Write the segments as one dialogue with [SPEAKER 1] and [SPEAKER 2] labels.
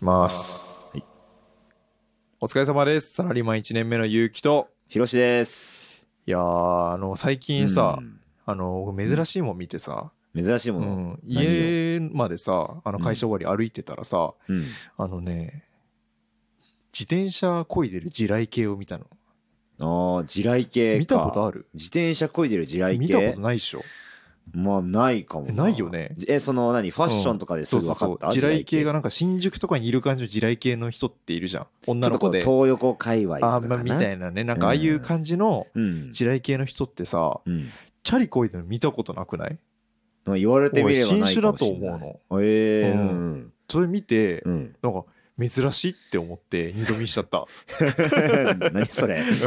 [SPEAKER 1] ます。お疲れ様です。サラリーマン1年目のゆうきと、
[SPEAKER 2] ひろしです。
[SPEAKER 1] いやー、あの、最近さ、
[SPEAKER 2] うん
[SPEAKER 1] あの、珍しいもん見てさ、
[SPEAKER 2] 珍しいうもの。
[SPEAKER 1] ん、家までさ、あの、会社終わり歩いてたらさ、
[SPEAKER 2] うん
[SPEAKER 1] あのね、自転車漕いでる地雷系を見たの。
[SPEAKER 2] ああ、地雷系か。
[SPEAKER 1] 見たことある
[SPEAKER 2] 自転車こいでる地雷系。
[SPEAKER 1] 見たことないでしょ。
[SPEAKER 2] まあ、ないかも。
[SPEAKER 1] ないよね。
[SPEAKER 2] え、その、何ファッションとかです
[SPEAKER 1] そう
[SPEAKER 2] ぐ
[SPEAKER 1] そう
[SPEAKER 2] 分
[SPEAKER 1] そ
[SPEAKER 2] か
[SPEAKER 1] う
[SPEAKER 2] っ。た
[SPEAKER 1] 地雷系がなんか新宿とかにいる感じの地雷系の人っているじゃん。
[SPEAKER 2] ち
[SPEAKER 1] 女
[SPEAKER 2] ょっ
[SPEAKER 1] の
[SPEAKER 2] とこ
[SPEAKER 1] 子
[SPEAKER 2] う、
[SPEAKER 1] で。
[SPEAKER 2] 東横界隈と
[SPEAKER 1] あ
[SPEAKER 2] か
[SPEAKER 1] ん
[SPEAKER 2] かな。
[SPEAKER 1] まみたいなね、なんかああいう感じの
[SPEAKER 2] うん。
[SPEAKER 1] 地雷系の人ってさ、
[SPEAKER 2] うん。
[SPEAKER 1] チャリこいでるの見たことなくない
[SPEAKER 2] まあ言われてみれば
[SPEAKER 1] 俺
[SPEAKER 2] ない
[SPEAKER 1] 新種だ
[SPEAKER 2] かも
[SPEAKER 1] と
[SPEAKER 2] しれ
[SPEAKER 1] 思。
[SPEAKER 2] ないう
[SPEAKER 1] の。
[SPEAKER 2] の。ええ。
[SPEAKER 1] う
[SPEAKER 2] うんん
[SPEAKER 1] それ見て、
[SPEAKER 2] うん。 うん。
[SPEAKER 1] なんか珍しいって思って二度見しちゃった。
[SPEAKER 2] 何 それ。地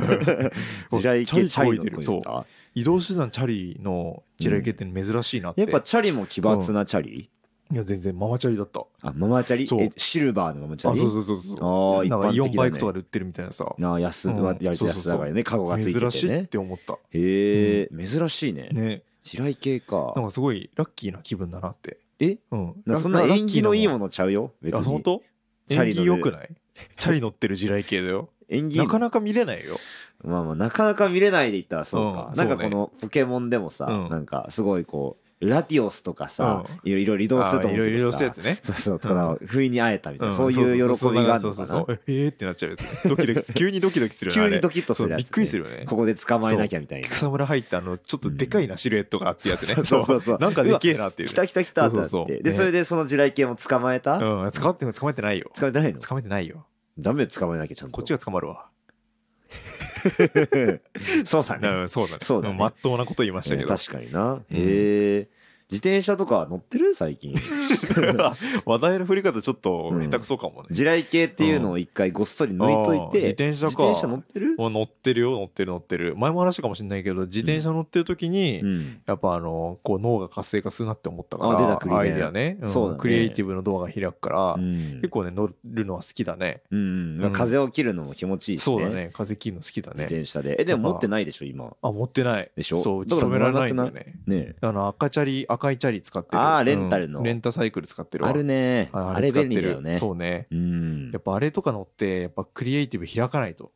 [SPEAKER 2] 雷系、
[SPEAKER 1] チ
[SPEAKER 2] チ
[SPEAKER 1] ャ
[SPEAKER 2] ャ
[SPEAKER 1] リこ
[SPEAKER 2] リ
[SPEAKER 1] いで
[SPEAKER 2] の
[SPEAKER 1] る
[SPEAKER 2] 声ですか
[SPEAKER 1] 移動手段チャリの地雷系って珍しいなって。
[SPEAKER 2] やっぱ、チャリも奇抜なチャリ
[SPEAKER 1] いや全然ママチャリだった。
[SPEAKER 2] あ、ママチャリ
[SPEAKER 1] そう
[SPEAKER 2] え、シルバーのママチャ
[SPEAKER 1] あ、
[SPEAKER 2] リ
[SPEAKER 1] そうそうそうそう。
[SPEAKER 2] ああ、一
[SPEAKER 1] なん
[SPEAKER 2] 般
[SPEAKER 1] か
[SPEAKER 2] 的
[SPEAKER 1] イ
[SPEAKER 2] だ
[SPEAKER 1] オ
[SPEAKER 2] ね
[SPEAKER 1] ンバイクとかで売ってるみたいなさ。
[SPEAKER 2] なあ安、
[SPEAKER 1] うん
[SPEAKER 2] やりやり
[SPEAKER 1] そうそう
[SPEAKER 2] 安だからねカゴがついてて
[SPEAKER 1] 珍しいっ
[SPEAKER 2] ね
[SPEAKER 1] て思った。
[SPEAKER 2] へえ、珍しいね
[SPEAKER 1] ね。
[SPEAKER 2] 地雷系か
[SPEAKER 1] なんかすごいラッキーな気分だなって。
[SPEAKER 2] え
[SPEAKER 1] うん。
[SPEAKER 2] なんかそんな縁起のいいも
[SPEAKER 1] の
[SPEAKER 2] のちゃうよ別
[SPEAKER 1] あ、本
[SPEAKER 2] に
[SPEAKER 1] 当
[SPEAKER 2] チャ
[SPEAKER 1] 縁
[SPEAKER 2] リ乗
[SPEAKER 1] 起
[SPEAKER 2] る
[SPEAKER 1] 良くないチャリ乗ってる地雷系だよ。
[SPEAKER 2] 縁起いい
[SPEAKER 1] な
[SPEAKER 2] の
[SPEAKER 1] かなか見れないよ。
[SPEAKER 2] まあまあなかなか見れないでいったらそう
[SPEAKER 1] う
[SPEAKER 2] か
[SPEAKER 1] ん
[SPEAKER 2] なん
[SPEAKER 1] そ
[SPEAKER 2] か
[SPEAKER 1] うね
[SPEAKER 2] このポケモンでもさ
[SPEAKER 1] うん
[SPEAKER 2] なんかすごいこうラティオスとかさいろいろ移動すると
[SPEAKER 1] あーい
[SPEAKER 2] 思う
[SPEAKER 1] ろいろ移
[SPEAKER 2] け
[SPEAKER 1] 動
[SPEAKER 2] ど
[SPEAKER 1] するや
[SPEAKER 2] さ
[SPEAKER 1] つね。
[SPEAKER 2] そうそう
[SPEAKER 1] うん
[SPEAKER 2] ただ不意に会えたみたい
[SPEAKER 1] ん
[SPEAKER 2] なそういう喜びがある
[SPEAKER 1] そう
[SPEAKER 2] の
[SPEAKER 1] そ
[SPEAKER 2] か
[SPEAKER 1] うそう
[SPEAKER 2] な
[SPEAKER 1] ええーってなっちゃうやつドキドキ急にドキドキするよね
[SPEAKER 2] 急
[SPEAKER 1] あれ
[SPEAKER 2] にドキッとする
[SPEAKER 1] そう
[SPEAKER 2] やつ
[SPEAKER 1] び
[SPEAKER 2] ね
[SPEAKER 1] っくりするよね
[SPEAKER 2] ここで捕まえなきゃみたいな
[SPEAKER 1] 草むら入ってあのちょっとでかいなシルエットがあ ってやつね
[SPEAKER 2] そうそうそうそう
[SPEAKER 1] なんかでけえなっていう
[SPEAKER 2] 来
[SPEAKER 1] ね
[SPEAKER 2] た来た来たってな
[SPEAKER 1] そう
[SPEAKER 2] っ
[SPEAKER 1] そうそう
[SPEAKER 2] てでそれでその地雷系も捕まえた
[SPEAKER 1] うん捕まって捕まえてないよ
[SPEAKER 2] 捕まえてないの
[SPEAKER 1] 捕まえてないよ
[SPEAKER 2] ダメ捕まえなきゃちゃんと
[SPEAKER 1] こっちが捕まるわ
[SPEAKER 2] そうだね。
[SPEAKER 1] うんそうだね
[SPEAKER 2] そうだね
[SPEAKER 1] んまっとうなこと言いましたけど
[SPEAKER 2] 確かにな。へえ。自転車とか乗ってる最近。
[SPEAKER 1] 話題の振り方ちょっと下手くそかもね
[SPEAKER 2] 地雷系っていうのを一回ごっそり抜いといて、
[SPEAKER 1] あー自転車か
[SPEAKER 2] 乗ってる
[SPEAKER 1] お乗ってるよ乗ってる乗ってる前も話したかもしれないけど自転車乗ってる時に
[SPEAKER 2] うん。
[SPEAKER 1] やっぱあのこう脳が活性化するなって思ったか
[SPEAKER 2] あ出たクリ
[SPEAKER 1] ら
[SPEAKER 2] ね
[SPEAKER 1] アイデアねん
[SPEAKER 2] そうだね
[SPEAKER 1] クリエイティブのドアが開くから
[SPEAKER 2] うん
[SPEAKER 1] 結構ね乗るのは好きだね
[SPEAKER 2] うん。まあ風を切るのも気持ちいいしね。
[SPEAKER 1] そうだね風切るの好きだ
[SPEAKER 2] 自
[SPEAKER 1] ね
[SPEAKER 2] 転車で。え、でも持ってないでしょ、今。
[SPEAKER 1] あ持ってない
[SPEAKER 2] でしょ
[SPEAKER 1] そう
[SPEAKER 2] だから
[SPEAKER 1] 止められないんだよね
[SPEAKER 2] ねえ
[SPEAKER 1] あの赤チャリ赤いチャリ使ってる
[SPEAKER 2] あーレンタルの
[SPEAKER 1] うんレンタサイクル使ってるわ
[SPEAKER 2] あるね。
[SPEAKER 1] あ
[SPEAKER 2] あ
[SPEAKER 1] れ
[SPEAKER 2] れ
[SPEAKER 1] 使って
[SPEAKER 2] 便
[SPEAKER 1] る
[SPEAKER 2] 利だよね。
[SPEAKER 1] そうね
[SPEAKER 2] うん
[SPEAKER 1] や。っぱあれとか乗ってやっぱクリエイティブ開かない と、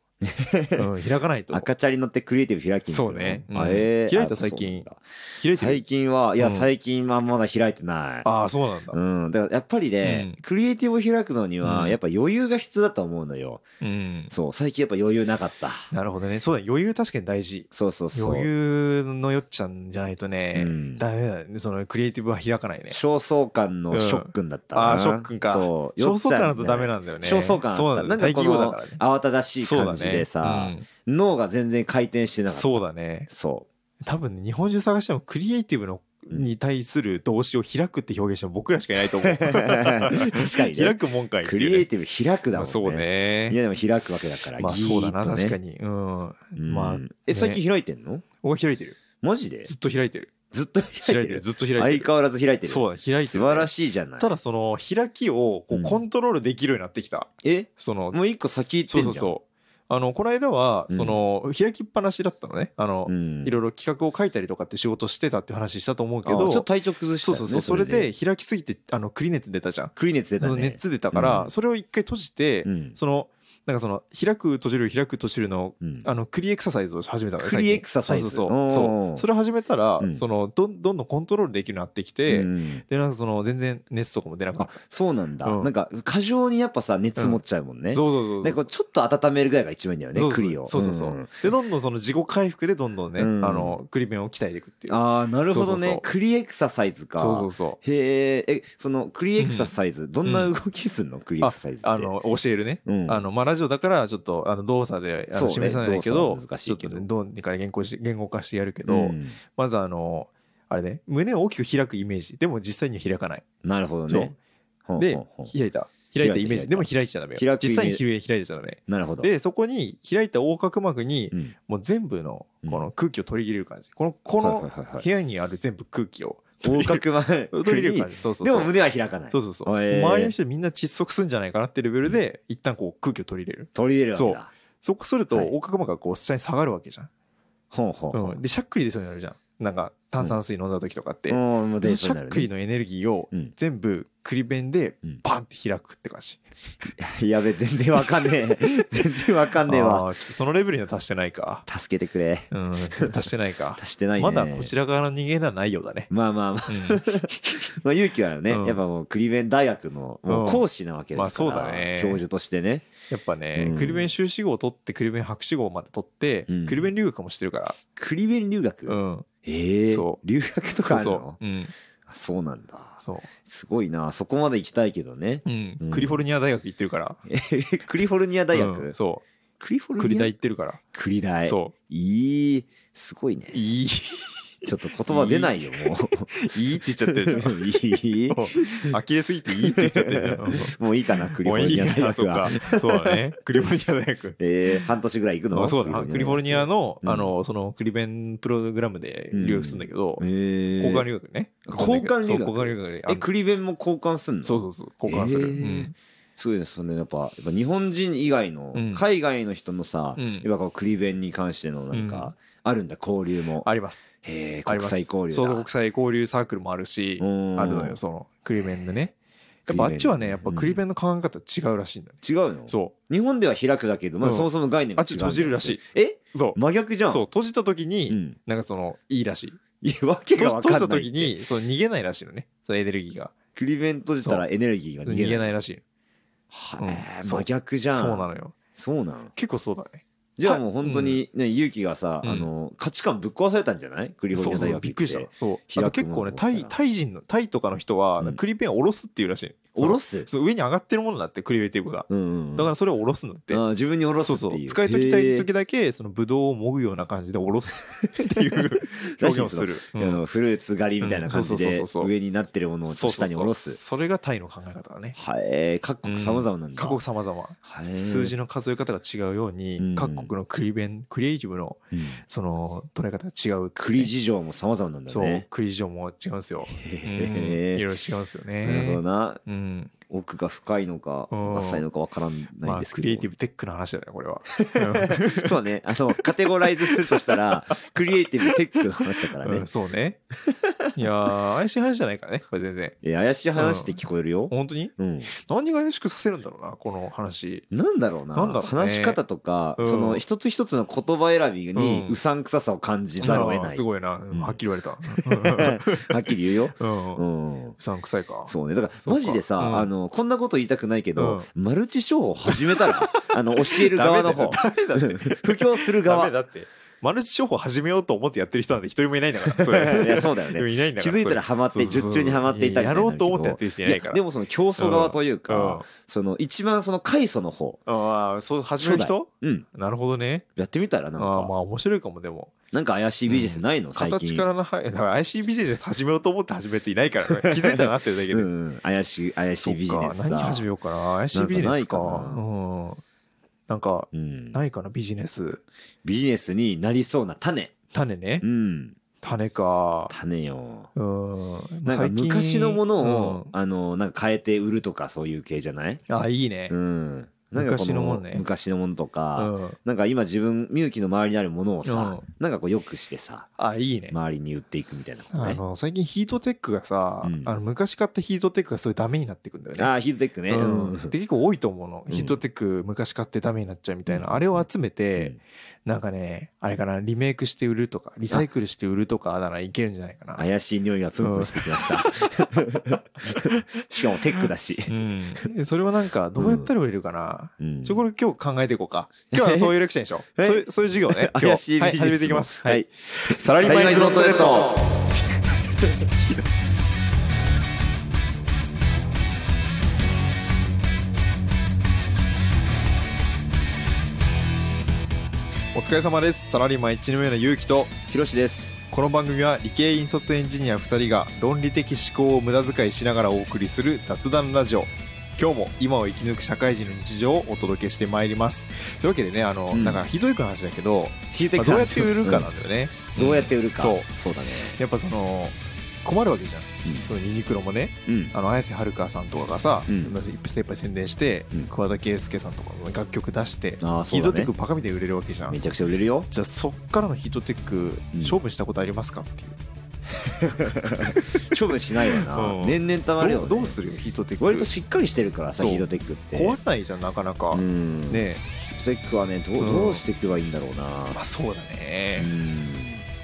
[SPEAKER 1] うん、開かないと
[SPEAKER 2] 赤チャリ乗ってクリエイティブ開きに来るの
[SPEAKER 1] そうねうん
[SPEAKER 2] あえー
[SPEAKER 1] 開いた最近
[SPEAKER 2] あそうなんだ
[SPEAKER 1] 開いて
[SPEAKER 2] 最
[SPEAKER 1] る
[SPEAKER 2] 近は、いうや、
[SPEAKER 1] ん
[SPEAKER 2] 最近はまだ開いてない。
[SPEAKER 1] ああそうなんだ、
[SPEAKER 2] うん、だからやっぱりね、
[SPEAKER 1] うん
[SPEAKER 2] クリエイティブを開くのに
[SPEAKER 1] う
[SPEAKER 2] は
[SPEAKER 1] ん
[SPEAKER 2] やっぱ余裕が必要だと思うのよ、
[SPEAKER 1] うん、
[SPEAKER 2] そう最近やっぱ余裕なかった
[SPEAKER 1] なるほどねそうだね余裕確かに大事
[SPEAKER 2] そうそうそう
[SPEAKER 1] 余裕のよっちゃんじゃないとね、
[SPEAKER 2] うん
[SPEAKER 1] ダメだねそのクリエイティブは開かないね
[SPEAKER 2] 焦燥感のショックンだったな、
[SPEAKER 1] ああーショックンか
[SPEAKER 2] そう
[SPEAKER 1] 焦燥感だとダメ
[SPEAKER 2] な
[SPEAKER 1] なんだよね
[SPEAKER 2] 焦燥感
[SPEAKER 1] そうな
[SPEAKER 2] あった
[SPEAKER 1] んだ
[SPEAKER 2] な
[SPEAKER 1] よ大
[SPEAKER 2] んかこ
[SPEAKER 1] 企業だ
[SPEAKER 2] の
[SPEAKER 1] からね
[SPEAKER 2] 慌ただしい
[SPEAKER 1] そうだ
[SPEAKER 2] 感
[SPEAKER 1] ね
[SPEAKER 2] じでさ、
[SPEAKER 1] うん
[SPEAKER 2] 脳が全然回転してなかった
[SPEAKER 1] そうだね
[SPEAKER 2] そ
[SPEAKER 1] 多分ね日本中探してもクリエイティブの
[SPEAKER 2] うん
[SPEAKER 1] に対する動詞を開くって表現しても僕らしかいないと思う
[SPEAKER 2] 確かにね
[SPEAKER 1] 開くもんかいって
[SPEAKER 2] ク
[SPEAKER 1] いう
[SPEAKER 2] リエイ
[SPEAKER 1] ね
[SPEAKER 2] ティブ開くだ
[SPEAKER 1] ま
[SPEAKER 2] も
[SPEAKER 1] あ
[SPEAKER 2] んね
[SPEAKER 1] そう
[SPEAKER 2] い
[SPEAKER 1] ね
[SPEAKER 2] やでも開くわけだから
[SPEAKER 1] まあそうだな
[SPEAKER 2] ギーッとね
[SPEAKER 1] 確かにうん
[SPEAKER 2] うん
[SPEAKER 1] まあ
[SPEAKER 2] え
[SPEAKER 1] ね
[SPEAKER 2] 最近開いてんの
[SPEAKER 1] お開いてる
[SPEAKER 2] マジで
[SPEAKER 1] ずっと開いてる
[SPEAKER 2] ずっと
[SPEAKER 1] 開
[SPEAKER 2] 開
[SPEAKER 1] い
[SPEAKER 2] い
[SPEAKER 1] て
[SPEAKER 2] て
[SPEAKER 1] る
[SPEAKER 2] る
[SPEAKER 1] ずっと開いてる
[SPEAKER 2] 相変わらず開いてる
[SPEAKER 1] そうだ開いてるね
[SPEAKER 2] 素晴らしいじゃない
[SPEAKER 1] ただその開きをこ
[SPEAKER 2] う
[SPEAKER 1] うんコントロールできるようになってきた
[SPEAKER 2] え
[SPEAKER 1] その
[SPEAKER 2] もう一個先行っ
[SPEAKER 1] そ
[SPEAKER 2] て
[SPEAKER 1] うん
[SPEAKER 2] じ
[SPEAKER 1] そ
[SPEAKER 2] ゃ
[SPEAKER 1] うんそうあのこの間は
[SPEAKER 2] うん
[SPEAKER 1] その開きっぱなしだったのねあの
[SPEAKER 2] うん
[SPEAKER 1] いろいろ企画を書いたりとかって仕事してたって話したと思うけ
[SPEAKER 2] あちょ
[SPEAKER 1] ど
[SPEAKER 2] っと体調崩した
[SPEAKER 1] そう
[SPEAKER 2] よね
[SPEAKER 1] そうそうそれで開きすぎてあのクリネツ出たじゃん
[SPEAKER 2] クリネツ出
[SPEAKER 1] そ
[SPEAKER 2] た
[SPEAKER 1] の
[SPEAKER 2] ね
[SPEAKER 1] 熱出たから
[SPEAKER 2] うん
[SPEAKER 1] それを一回閉じて
[SPEAKER 2] うん
[SPEAKER 1] そのなんかその開く閉じる開く閉じるの
[SPEAKER 2] うん
[SPEAKER 1] あのクリエクササイズを始めたのね
[SPEAKER 2] クリエクササイズ
[SPEAKER 1] 最近そうそうそう
[SPEAKER 2] お
[SPEAKER 1] そう
[SPEAKER 2] ー
[SPEAKER 1] それを始めたら
[SPEAKER 2] うん
[SPEAKER 1] そのどんどんどんコントロールできるようになってきて
[SPEAKER 2] うん
[SPEAKER 1] でなんかその全然熱とかも出なくなっ
[SPEAKER 2] あ
[SPEAKER 1] た
[SPEAKER 2] そうなんだ
[SPEAKER 1] うん
[SPEAKER 2] なんか過剰にやっぱさ熱持っちゃうもんね
[SPEAKER 1] そうそうそう
[SPEAKER 2] でこうちょっと温めるぐらいが一番いいんだよね
[SPEAKER 1] そうそう
[SPEAKER 2] クリを
[SPEAKER 1] そうそうそ
[SPEAKER 2] ん
[SPEAKER 1] うでどんどんその自己回復でどんどんねあ
[SPEAKER 2] うん
[SPEAKER 1] のクリ弁を鍛えていくっていう
[SPEAKER 2] ああなるほ
[SPEAKER 1] そう
[SPEAKER 2] ど
[SPEAKER 1] そうそう
[SPEAKER 2] ねクリエクササイズか
[SPEAKER 1] そうそうそ
[SPEAKER 2] へーえそのクリエクササイズどんな動きすんのクリエクササイズ
[SPEAKER 1] う
[SPEAKER 2] って
[SPEAKER 1] あの教えるね
[SPEAKER 2] うん
[SPEAKER 1] あのまあ、ラジオだからちょっとあの動作であ
[SPEAKER 2] そ
[SPEAKER 1] の
[SPEAKER 2] うね
[SPEAKER 1] 示さないけど
[SPEAKER 2] 動作は難し
[SPEAKER 1] ちょっ
[SPEAKER 2] いけ
[SPEAKER 1] と
[SPEAKER 2] ど
[SPEAKER 1] ねどうにか言語し言語化してやるけ
[SPEAKER 2] う
[SPEAKER 1] ど、
[SPEAKER 2] ん
[SPEAKER 1] まずあのあれね胸を大きく開くイメージでも実際には開かない、
[SPEAKER 2] なるほどね
[SPEAKER 1] そう
[SPEAKER 2] ほん
[SPEAKER 1] で
[SPEAKER 2] ほんほん
[SPEAKER 1] 開いた開いた
[SPEAKER 2] 開いた
[SPEAKER 1] イメー
[SPEAKER 2] 開い
[SPEAKER 1] ジ
[SPEAKER 2] た
[SPEAKER 1] でも開いちゃダメよ
[SPEAKER 2] 開くイ
[SPEAKER 1] 実
[SPEAKER 2] メー
[SPEAKER 1] 際
[SPEAKER 2] ジ
[SPEAKER 1] に開いちゃダメ
[SPEAKER 2] なるほど
[SPEAKER 1] でそこに開いた横隔膜に
[SPEAKER 2] うん
[SPEAKER 1] もう全部のこ
[SPEAKER 2] う
[SPEAKER 1] の空気を取り入れる感じこのこ
[SPEAKER 2] はい
[SPEAKER 1] の
[SPEAKER 2] はいはいはい
[SPEAKER 1] 部屋にある全部空気を
[SPEAKER 2] 合格は
[SPEAKER 1] 取り入れる感じそうそう
[SPEAKER 2] で
[SPEAKER 1] そ
[SPEAKER 2] も
[SPEAKER 1] う
[SPEAKER 2] 胸は開かない
[SPEAKER 1] そうそうそう、
[SPEAKER 2] へー
[SPEAKER 1] 周りの人みんな窒息するんじゃないかなってレベルで一旦こう空気を取り入れる
[SPEAKER 2] 取り入れるわけだ
[SPEAKER 1] そこすると
[SPEAKER 2] はい
[SPEAKER 1] 横隔膜がこう下に下がるわけじゃん
[SPEAKER 2] ほうほうほ
[SPEAKER 1] うん、でしゃっくり出そうになるじゃんなんか炭酸水飲んだ時とかって、
[SPEAKER 2] ううんもう
[SPEAKER 1] で
[SPEAKER 2] 電
[SPEAKER 1] しゃ
[SPEAKER 2] 車にな
[SPEAKER 1] っ
[SPEAKER 2] る
[SPEAKER 1] くり
[SPEAKER 2] ね
[SPEAKER 1] のエネルギーを
[SPEAKER 2] うん
[SPEAKER 1] 全部クリペンで
[SPEAKER 2] うん
[SPEAKER 1] バンって開くって感じ。
[SPEAKER 2] やべ、全然わかんね え。全然わかんねえわ。
[SPEAKER 1] あーちょっとそのレベルには達してないか。
[SPEAKER 2] 助けてくれ。
[SPEAKER 1] うん、達してないか。
[SPEAKER 2] 足してないね。
[SPEAKER 1] まだこちら側の人間ではないようだね。
[SPEAKER 2] まあまあまあ、まあ勇気はね、
[SPEAKER 1] うん
[SPEAKER 2] やっぱもうクリベン大学のもう講師なわけですから、
[SPEAKER 1] まあそうだね
[SPEAKER 2] 教授としてね。
[SPEAKER 1] やっぱね、
[SPEAKER 2] うん
[SPEAKER 1] クリベン修士号を取ってクリベン博士号まで取って、
[SPEAKER 2] うん
[SPEAKER 1] クリベン留学もしてるから、
[SPEAKER 2] クリベン留学、
[SPEAKER 1] うん、
[SPEAKER 2] ええ
[SPEAKER 1] そ
[SPEAKER 2] 留学と
[SPEAKER 1] そ
[SPEAKER 2] か
[SPEAKER 1] う
[SPEAKER 2] あるの
[SPEAKER 1] そう、うん、
[SPEAKER 2] あそうなんだ。
[SPEAKER 1] そ
[SPEAKER 2] すごいな。そこまで行きたいけどね。
[SPEAKER 1] う、うん
[SPEAKER 2] うん
[SPEAKER 1] クリフォルニア大学行ってるから、
[SPEAKER 2] クリフォルニア大学、
[SPEAKER 1] うんそ
[SPEAKER 2] クリフ
[SPEAKER 1] う、
[SPEAKER 2] ォルニア
[SPEAKER 1] クリ大行ってるから、
[SPEAKER 2] クリ大。
[SPEAKER 1] そ
[SPEAKER 2] いい。すごいね
[SPEAKER 1] う、。いい、
[SPEAKER 2] ちょっと言葉出ないよ、も
[SPEAKER 1] いいって言っちゃってるじゃん。
[SPEAKER 2] う。いい。
[SPEAKER 1] 呆れすぎていいって言っちゃってるじ
[SPEAKER 2] もういいかな、
[SPEAKER 1] ゃ
[SPEAKER 2] ク
[SPEAKER 1] ん。
[SPEAKER 2] リ
[SPEAKER 1] も
[SPEAKER 2] フ
[SPEAKER 1] う
[SPEAKER 2] ォル
[SPEAKER 1] いい
[SPEAKER 2] ニア
[SPEAKER 1] や
[SPEAKER 2] 大
[SPEAKER 1] そう
[SPEAKER 2] 学は
[SPEAKER 1] か。。そうだ ね。クリフォルニア大学。
[SPEAKER 2] えー、半年ぐらい行くの
[SPEAKER 1] あそうだなクリフォルニアの,、あのそのクリベンプログラムで留学するんだけど、
[SPEAKER 2] えー
[SPEAKER 1] 交換留学ね
[SPEAKER 2] 交換留学
[SPEAKER 1] そう交換留学であ
[SPEAKER 2] え、クリベンも交換すんの
[SPEAKER 1] そうそうそう交換する、
[SPEAKER 2] えーすごいですそのやっぱやっぱ日本人以外の
[SPEAKER 1] うん
[SPEAKER 2] 海外の人のさ、
[SPEAKER 1] うん
[SPEAKER 2] やっぱこうクリベンに関してのなんかあるんだ交流も、
[SPEAKER 1] あります
[SPEAKER 2] へえ
[SPEAKER 1] あり
[SPEAKER 2] 国
[SPEAKER 1] ます
[SPEAKER 2] 際交流だ
[SPEAKER 1] そうそう国際交流サークルもあるし
[SPEAKER 2] うーん
[SPEAKER 1] あるのよそのクリベンでね
[SPEAKER 2] ク
[SPEAKER 1] やっぱ
[SPEAKER 2] リベン
[SPEAKER 1] あっちはねやっぱクリベンの考え方違うらしいんだね、
[SPEAKER 2] 違うの
[SPEAKER 1] そ
[SPEAKER 2] 日本では開くだけど、まあ、
[SPEAKER 1] うん
[SPEAKER 2] そもそも概念が違うんだ
[SPEAKER 1] あっち閉じるらしい
[SPEAKER 2] え
[SPEAKER 1] うそう
[SPEAKER 2] 真逆じゃん
[SPEAKER 1] そう閉じた時に、
[SPEAKER 2] うん、
[SPEAKER 1] なんかそのいいらしい
[SPEAKER 2] いや訳
[SPEAKER 1] 閉
[SPEAKER 2] が
[SPEAKER 1] じ閉
[SPEAKER 2] 分
[SPEAKER 1] じ
[SPEAKER 2] かんな
[SPEAKER 1] た
[SPEAKER 2] い
[SPEAKER 1] 時にそう逃げないらしいのねそのエネルギーが
[SPEAKER 2] クリベン閉じたらエネルギーが逃
[SPEAKER 1] 逃
[SPEAKER 2] げない
[SPEAKER 1] げないらしい
[SPEAKER 2] はえ
[SPEAKER 1] うんそう
[SPEAKER 2] 真逆じゃん
[SPEAKER 1] そうなのよ
[SPEAKER 2] そうなん
[SPEAKER 1] 結構そうだね
[SPEAKER 2] じゃあもう本当にね、勇気がさ、
[SPEAKER 1] うん
[SPEAKER 2] あの価値観ぶっ壊されたんじゃないクリフォル
[SPEAKER 1] そう
[SPEAKER 2] ニア
[SPEAKER 1] そう
[SPEAKER 2] 大学
[SPEAKER 1] び
[SPEAKER 2] 行
[SPEAKER 1] っくりしたそうあ
[SPEAKER 2] 開
[SPEAKER 1] と
[SPEAKER 2] くも
[SPEAKER 1] 結
[SPEAKER 2] の
[SPEAKER 1] 構ね
[SPEAKER 2] を
[SPEAKER 1] タ
[SPEAKER 2] した
[SPEAKER 1] イ
[SPEAKER 2] ら
[SPEAKER 1] タイ人のタイとかの人は
[SPEAKER 2] うん
[SPEAKER 1] クリペンを下ろすっていうらしい
[SPEAKER 2] 下ろ
[SPEAKER 1] す
[SPEAKER 2] す
[SPEAKER 1] そう上に上がってるものだってクリペンっていうことが
[SPEAKER 2] うんうんうん
[SPEAKER 1] だからそれを下ろすんだって
[SPEAKER 2] あー自分に下ろす
[SPEAKER 1] そう
[SPEAKER 2] って
[SPEAKER 1] そ
[SPEAKER 2] いう
[SPEAKER 1] う使いときたい時だけそのブドウをもぐような感じで下ろすっていう表現を する
[SPEAKER 2] あのフルーツ狩りみたいな感じ
[SPEAKER 1] うんそうそう
[SPEAKER 2] で
[SPEAKER 1] そうそう
[SPEAKER 2] 上になってるものを
[SPEAKER 1] そう
[SPEAKER 2] 下に下ろす。
[SPEAKER 1] それがタイの考え方だね
[SPEAKER 2] はえー各国様々なんだ。
[SPEAKER 1] 各国様々
[SPEAKER 2] はい
[SPEAKER 1] 数字の数え方が違うよう
[SPEAKER 2] うんう
[SPEAKER 1] に
[SPEAKER 2] ん
[SPEAKER 1] 各国のクリベンクリエイティブの
[SPEAKER 2] うん
[SPEAKER 1] その捉え方が違うってね
[SPEAKER 2] クリ事情も様々なんだ
[SPEAKER 1] そう
[SPEAKER 2] ね。
[SPEAKER 1] クリ事情も違うんですようん
[SPEAKER 2] へ
[SPEAKER 1] い
[SPEAKER 2] ー
[SPEAKER 1] ろいろ違うんですよ
[SPEAKER 2] なる
[SPEAKER 1] ね
[SPEAKER 2] ほどな。
[SPEAKER 1] うん
[SPEAKER 2] 奥が深いのか
[SPEAKER 1] うん
[SPEAKER 2] 浅いのかわからんない
[SPEAKER 1] ま
[SPEAKER 2] ん
[SPEAKER 1] あ、
[SPEAKER 2] です
[SPEAKER 1] ク
[SPEAKER 2] けど。
[SPEAKER 1] リエイティブテックの話だね、これは。
[SPEAKER 2] そうね。あのカテゴライズするとし たらクリエイティブテックの話だから
[SPEAKER 1] う
[SPEAKER 2] ね
[SPEAKER 1] ん、。そうね。いやー、怪しい話じゃないからね、これ全然。
[SPEAKER 2] え怪しい話って聞こえるよ。
[SPEAKER 1] 本当に
[SPEAKER 2] うん。
[SPEAKER 1] 何が怪しくさせるんだろうな、この話。
[SPEAKER 2] なんだろうな
[SPEAKER 1] なんだろうね
[SPEAKER 2] 話し方とか、
[SPEAKER 1] うん
[SPEAKER 2] その一つ一つの言葉選びに
[SPEAKER 1] うん
[SPEAKER 2] うさんくささを感じざるを得
[SPEAKER 1] あー
[SPEAKER 2] ない。
[SPEAKER 1] すごいな、うん
[SPEAKER 2] うん
[SPEAKER 1] はっきり言われた。
[SPEAKER 2] はっきり言うよ。
[SPEAKER 1] うん。
[SPEAKER 2] う。
[SPEAKER 1] うんさんくさいか。
[SPEAKER 2] そうね。だか
[SPEAKER 1] そう
[SPEAKER 2] ら、
[SPEAKER 1] か
[SPEAKER 2] マジでさ、
[SPEAKER 1] うん
[SPEAKER 2] あの、こんなこと言いたくないけど、マルチ商法始め たら、あの、教える側の方。
[SPEAKER 1] ダメだよダメだって。
[SPEAKER 2] 布教する
[SPEAKER 1] ダ
[SPEAKER 2] 側。
[SPEAKER 1] メ
[SPEAKER 2] い や
[SPEAKER 1] だって。マルチ商法始めようと思ってやってる人なんて一人もいないんだから。そ れ
[SPEAKER 2] そ うだよね。
[SPEAKER 1] いないんだか
[SPEAKER 2] 気
[SPEAKER 1] ら。
[SPEAKER 2] づいたらハマっ
[SPEAKER 1] それ
[SPEAKER 2] て、術中にはまっていたみ
[SPEAKER 1] や
[SPEAKER 2] たいになるけど
[SPEAKER 1] ろうと思ってやってる人いないから。
[SPEAKER 2] やでもその競争側という
[SPEAKER 1] うん、
[SPEAKER 2] か、その一番その快素の方。
[SPEAKER 1] ああ、そう、始める人
[SPEAKER 2] うん。
[SPEAKER 1] なるほどね。
[SPEAKER 2] やってみたらなん
[SPEAKER 1] ああー、ま
[SPEAKER 2] か、
[SPEAKER 1] あ面白いかも、でも。
[SPEAKER 2] なんか怪しいビジネスないの最
[SPEAKER 1] 形
[SPEAKER 2] 近。
[SPEAKER 1] からのはいだから IC ビジネス始めようと思って始めていないからね 気づいたなってるだけで、
[SPEAKER 2] うんうん。怪しい、怪し
[SPEAKER 1] そ
[SPEAKER 2] い
[SPEAKER 1] っ
[SPEAKER 2] ビジネ
[SPEAKER 1] か
[SPEAKER 2] スさ。
[SPEAKER 1] 何始めようかな IC ビジネスか
[SPEAKER 2] なんかないか
[SPEAKER 1] う
[SPEAKER 2] な
[SPEAKER 1] んなんか
[SPEAKER 2] うん。
[SPEAKER 1] ないかなビジネス
[SPEAKER 2] ビジネスになりそうな種。
[SPEAKER 1] 種ね
[SPEAKER 2] うん。
[SPEAKER 1] 種か
[SPEAKER 2] 種よ。
[SPEAKER 1] うん
[SPEAKER 2] なんか昔のものを、
[SPEAKER 1] うん
[SPEAKER 2] あのなんか変えて売るとかそういう系じゃない、
[SPEAKER 1] あいいね
[SPEAKER 2] うん、なんかこ
[SPEAKER 1] 昔のものね
[SPEAKER 2] 昔のものと
[SPEAKER 1] う
[SPEAKER 2] か、
[SPEAKER 1] ん
[SPEAKER 2] なんか今自分みゆきの周りにあるものをさ、
[SPEAKER 1] う
[SPEAKER 2] なんかこう良くしてさ
[SPEAKER 1] あいいね
[SPEAKER 2] 周りに売っていくみたいなこと
[SPEAKER 1] あ
[SPEAKER 2] ね
[SPEAKER 1] の最近ヒートテックがさ
[SPEAKER 2] うん
[SPEAKER 1] あの昔買ったヒートテックがそれダメになってくんだよね
[SPEAKER 2] ああーヒートテックね、うん
[SPEAKER 1] うん、で結構多いと思うの、
[SPEAKER 2] うん
[SPEAKER 1] ヒートテック昔買ってダメになっちゃうみたいな、
[SPEAKER 2] うん
[SPEAKER 1] あれを集めて、
[SPEAKER 2] うん
[SPEAKER 1] なんかねあれかなリメイクして売るとかリサイクルして売るとかならいけるんじゃないかな、
[SPEAKER 2] 怪しい匂いがプンプンしてきました、 しかもテックだし、
[SPEAKER 1] うんでそれはなんかどうやったら売れるかな、
[SPEAKER 2] うん
[SPEAKER 1] ちょこれ今日考えていこう か今日はそういうレクチャーでしょそういうそういう授業ね今日
[SPEAKER 2] 怪しいビ
[SPEAKER 1] は
[SPEAKER 2] ジ
[SPEAKER 1] い
[SPEAKER 2] ネス
[SPEAKER 1] 始めていきます、
[SPEAKER 2] はい、
[SPEAKER 1] サラリーマンイズノットレッドお疲れ様ですサラリーマン1年目の勇気と
[SPEAKER 2] ひろしです
[SPEAKER 1] この番組は理系引率エンジニア2人が論理的思考を無駄遣いしながらお送りする雑談ラジオ今日も今を生き抜く社会人の日常をお届けしてまいりますというわけでねあの、
[SPEAKER 2] うん
[SPEAKER 1] なんかひどい話だけど、
[SPEAKER 2] ヒート
[SPEAKER 1] ま
[SPEAKER 2] テ
[SPEAKER 1] あどう
[SPEAKER 2] ックな
[SPEAKER 1] や
[SPEAKER 2] ん
[SPEAKER 1] っ
[SPEAKER 2] です
[SPEAKER 1] て
[SPEAKER 2] よ
[SPEAKER 1] 売るかなんだよね、
[SPEAKER 2] うんどうやって売るか、
[SPEAKER 1] そう
[SPEAKER 2] そうだね
[SPEAKER 1] やっぱその困るわけじゃん
[SPEAKER 2] うん
[SPEAKER 1] そのユニクロもね
[SPEAKER 2] うん
[SPEAKER 1] あの綾瀬はるかさんとかがさ、
[SPEAKER 2] うん
[SPEAKER 1] まずいっぱい宣伝して、
[SPEAKER 2] うん
[SPEAKER 1] 桑田佳祐さんとかも楽曲出して、
[SPEAKER 2] あー
[SPEAKER 1] ヒ
[SPEAKER 2] そうだ
[SPEAKER 1] ー
[SPEAKER 2] ね
[SPEAKER 1] トテックバカみたいに売れるわけじゃん
[SPEAKER 2] めちゃくちゃ売れるよ
[SPEAKER 1] じゃあそっからのヒートテック
[SPEAKER 2] うん
[SPEAKER 1] 勝負したことありますかっていう、
[SPEAKER 2] 処分しないわな、
[SPEAKER 1] うん
[SPEAKER 2] 年々たまるよ、
[SPEAKER 1] ど
[SPEAKER 2] ね、
[SPEAKER 1] うどうするよヒートテック
[SPEAKER 2] 割としっかりしてるからさ
[SPEAKER 1] そう
[SPEAKER 2] ヒートテックって
[SPEAKER 1] 壊れないじゃんなかなか、
[SPEAKER 2] うん
[SPEAKER 1] ね
[SPEAKER 2] ヒートテックはねどう
[SPEAKER 1] うん
[SPEAKER 2] どうしていけばいいんだろうな、
[SPEAKER 1] まあそうだ
[SPEAKER 2] う
[SPEAKER 1] ね、
[SPEAKER 2] ん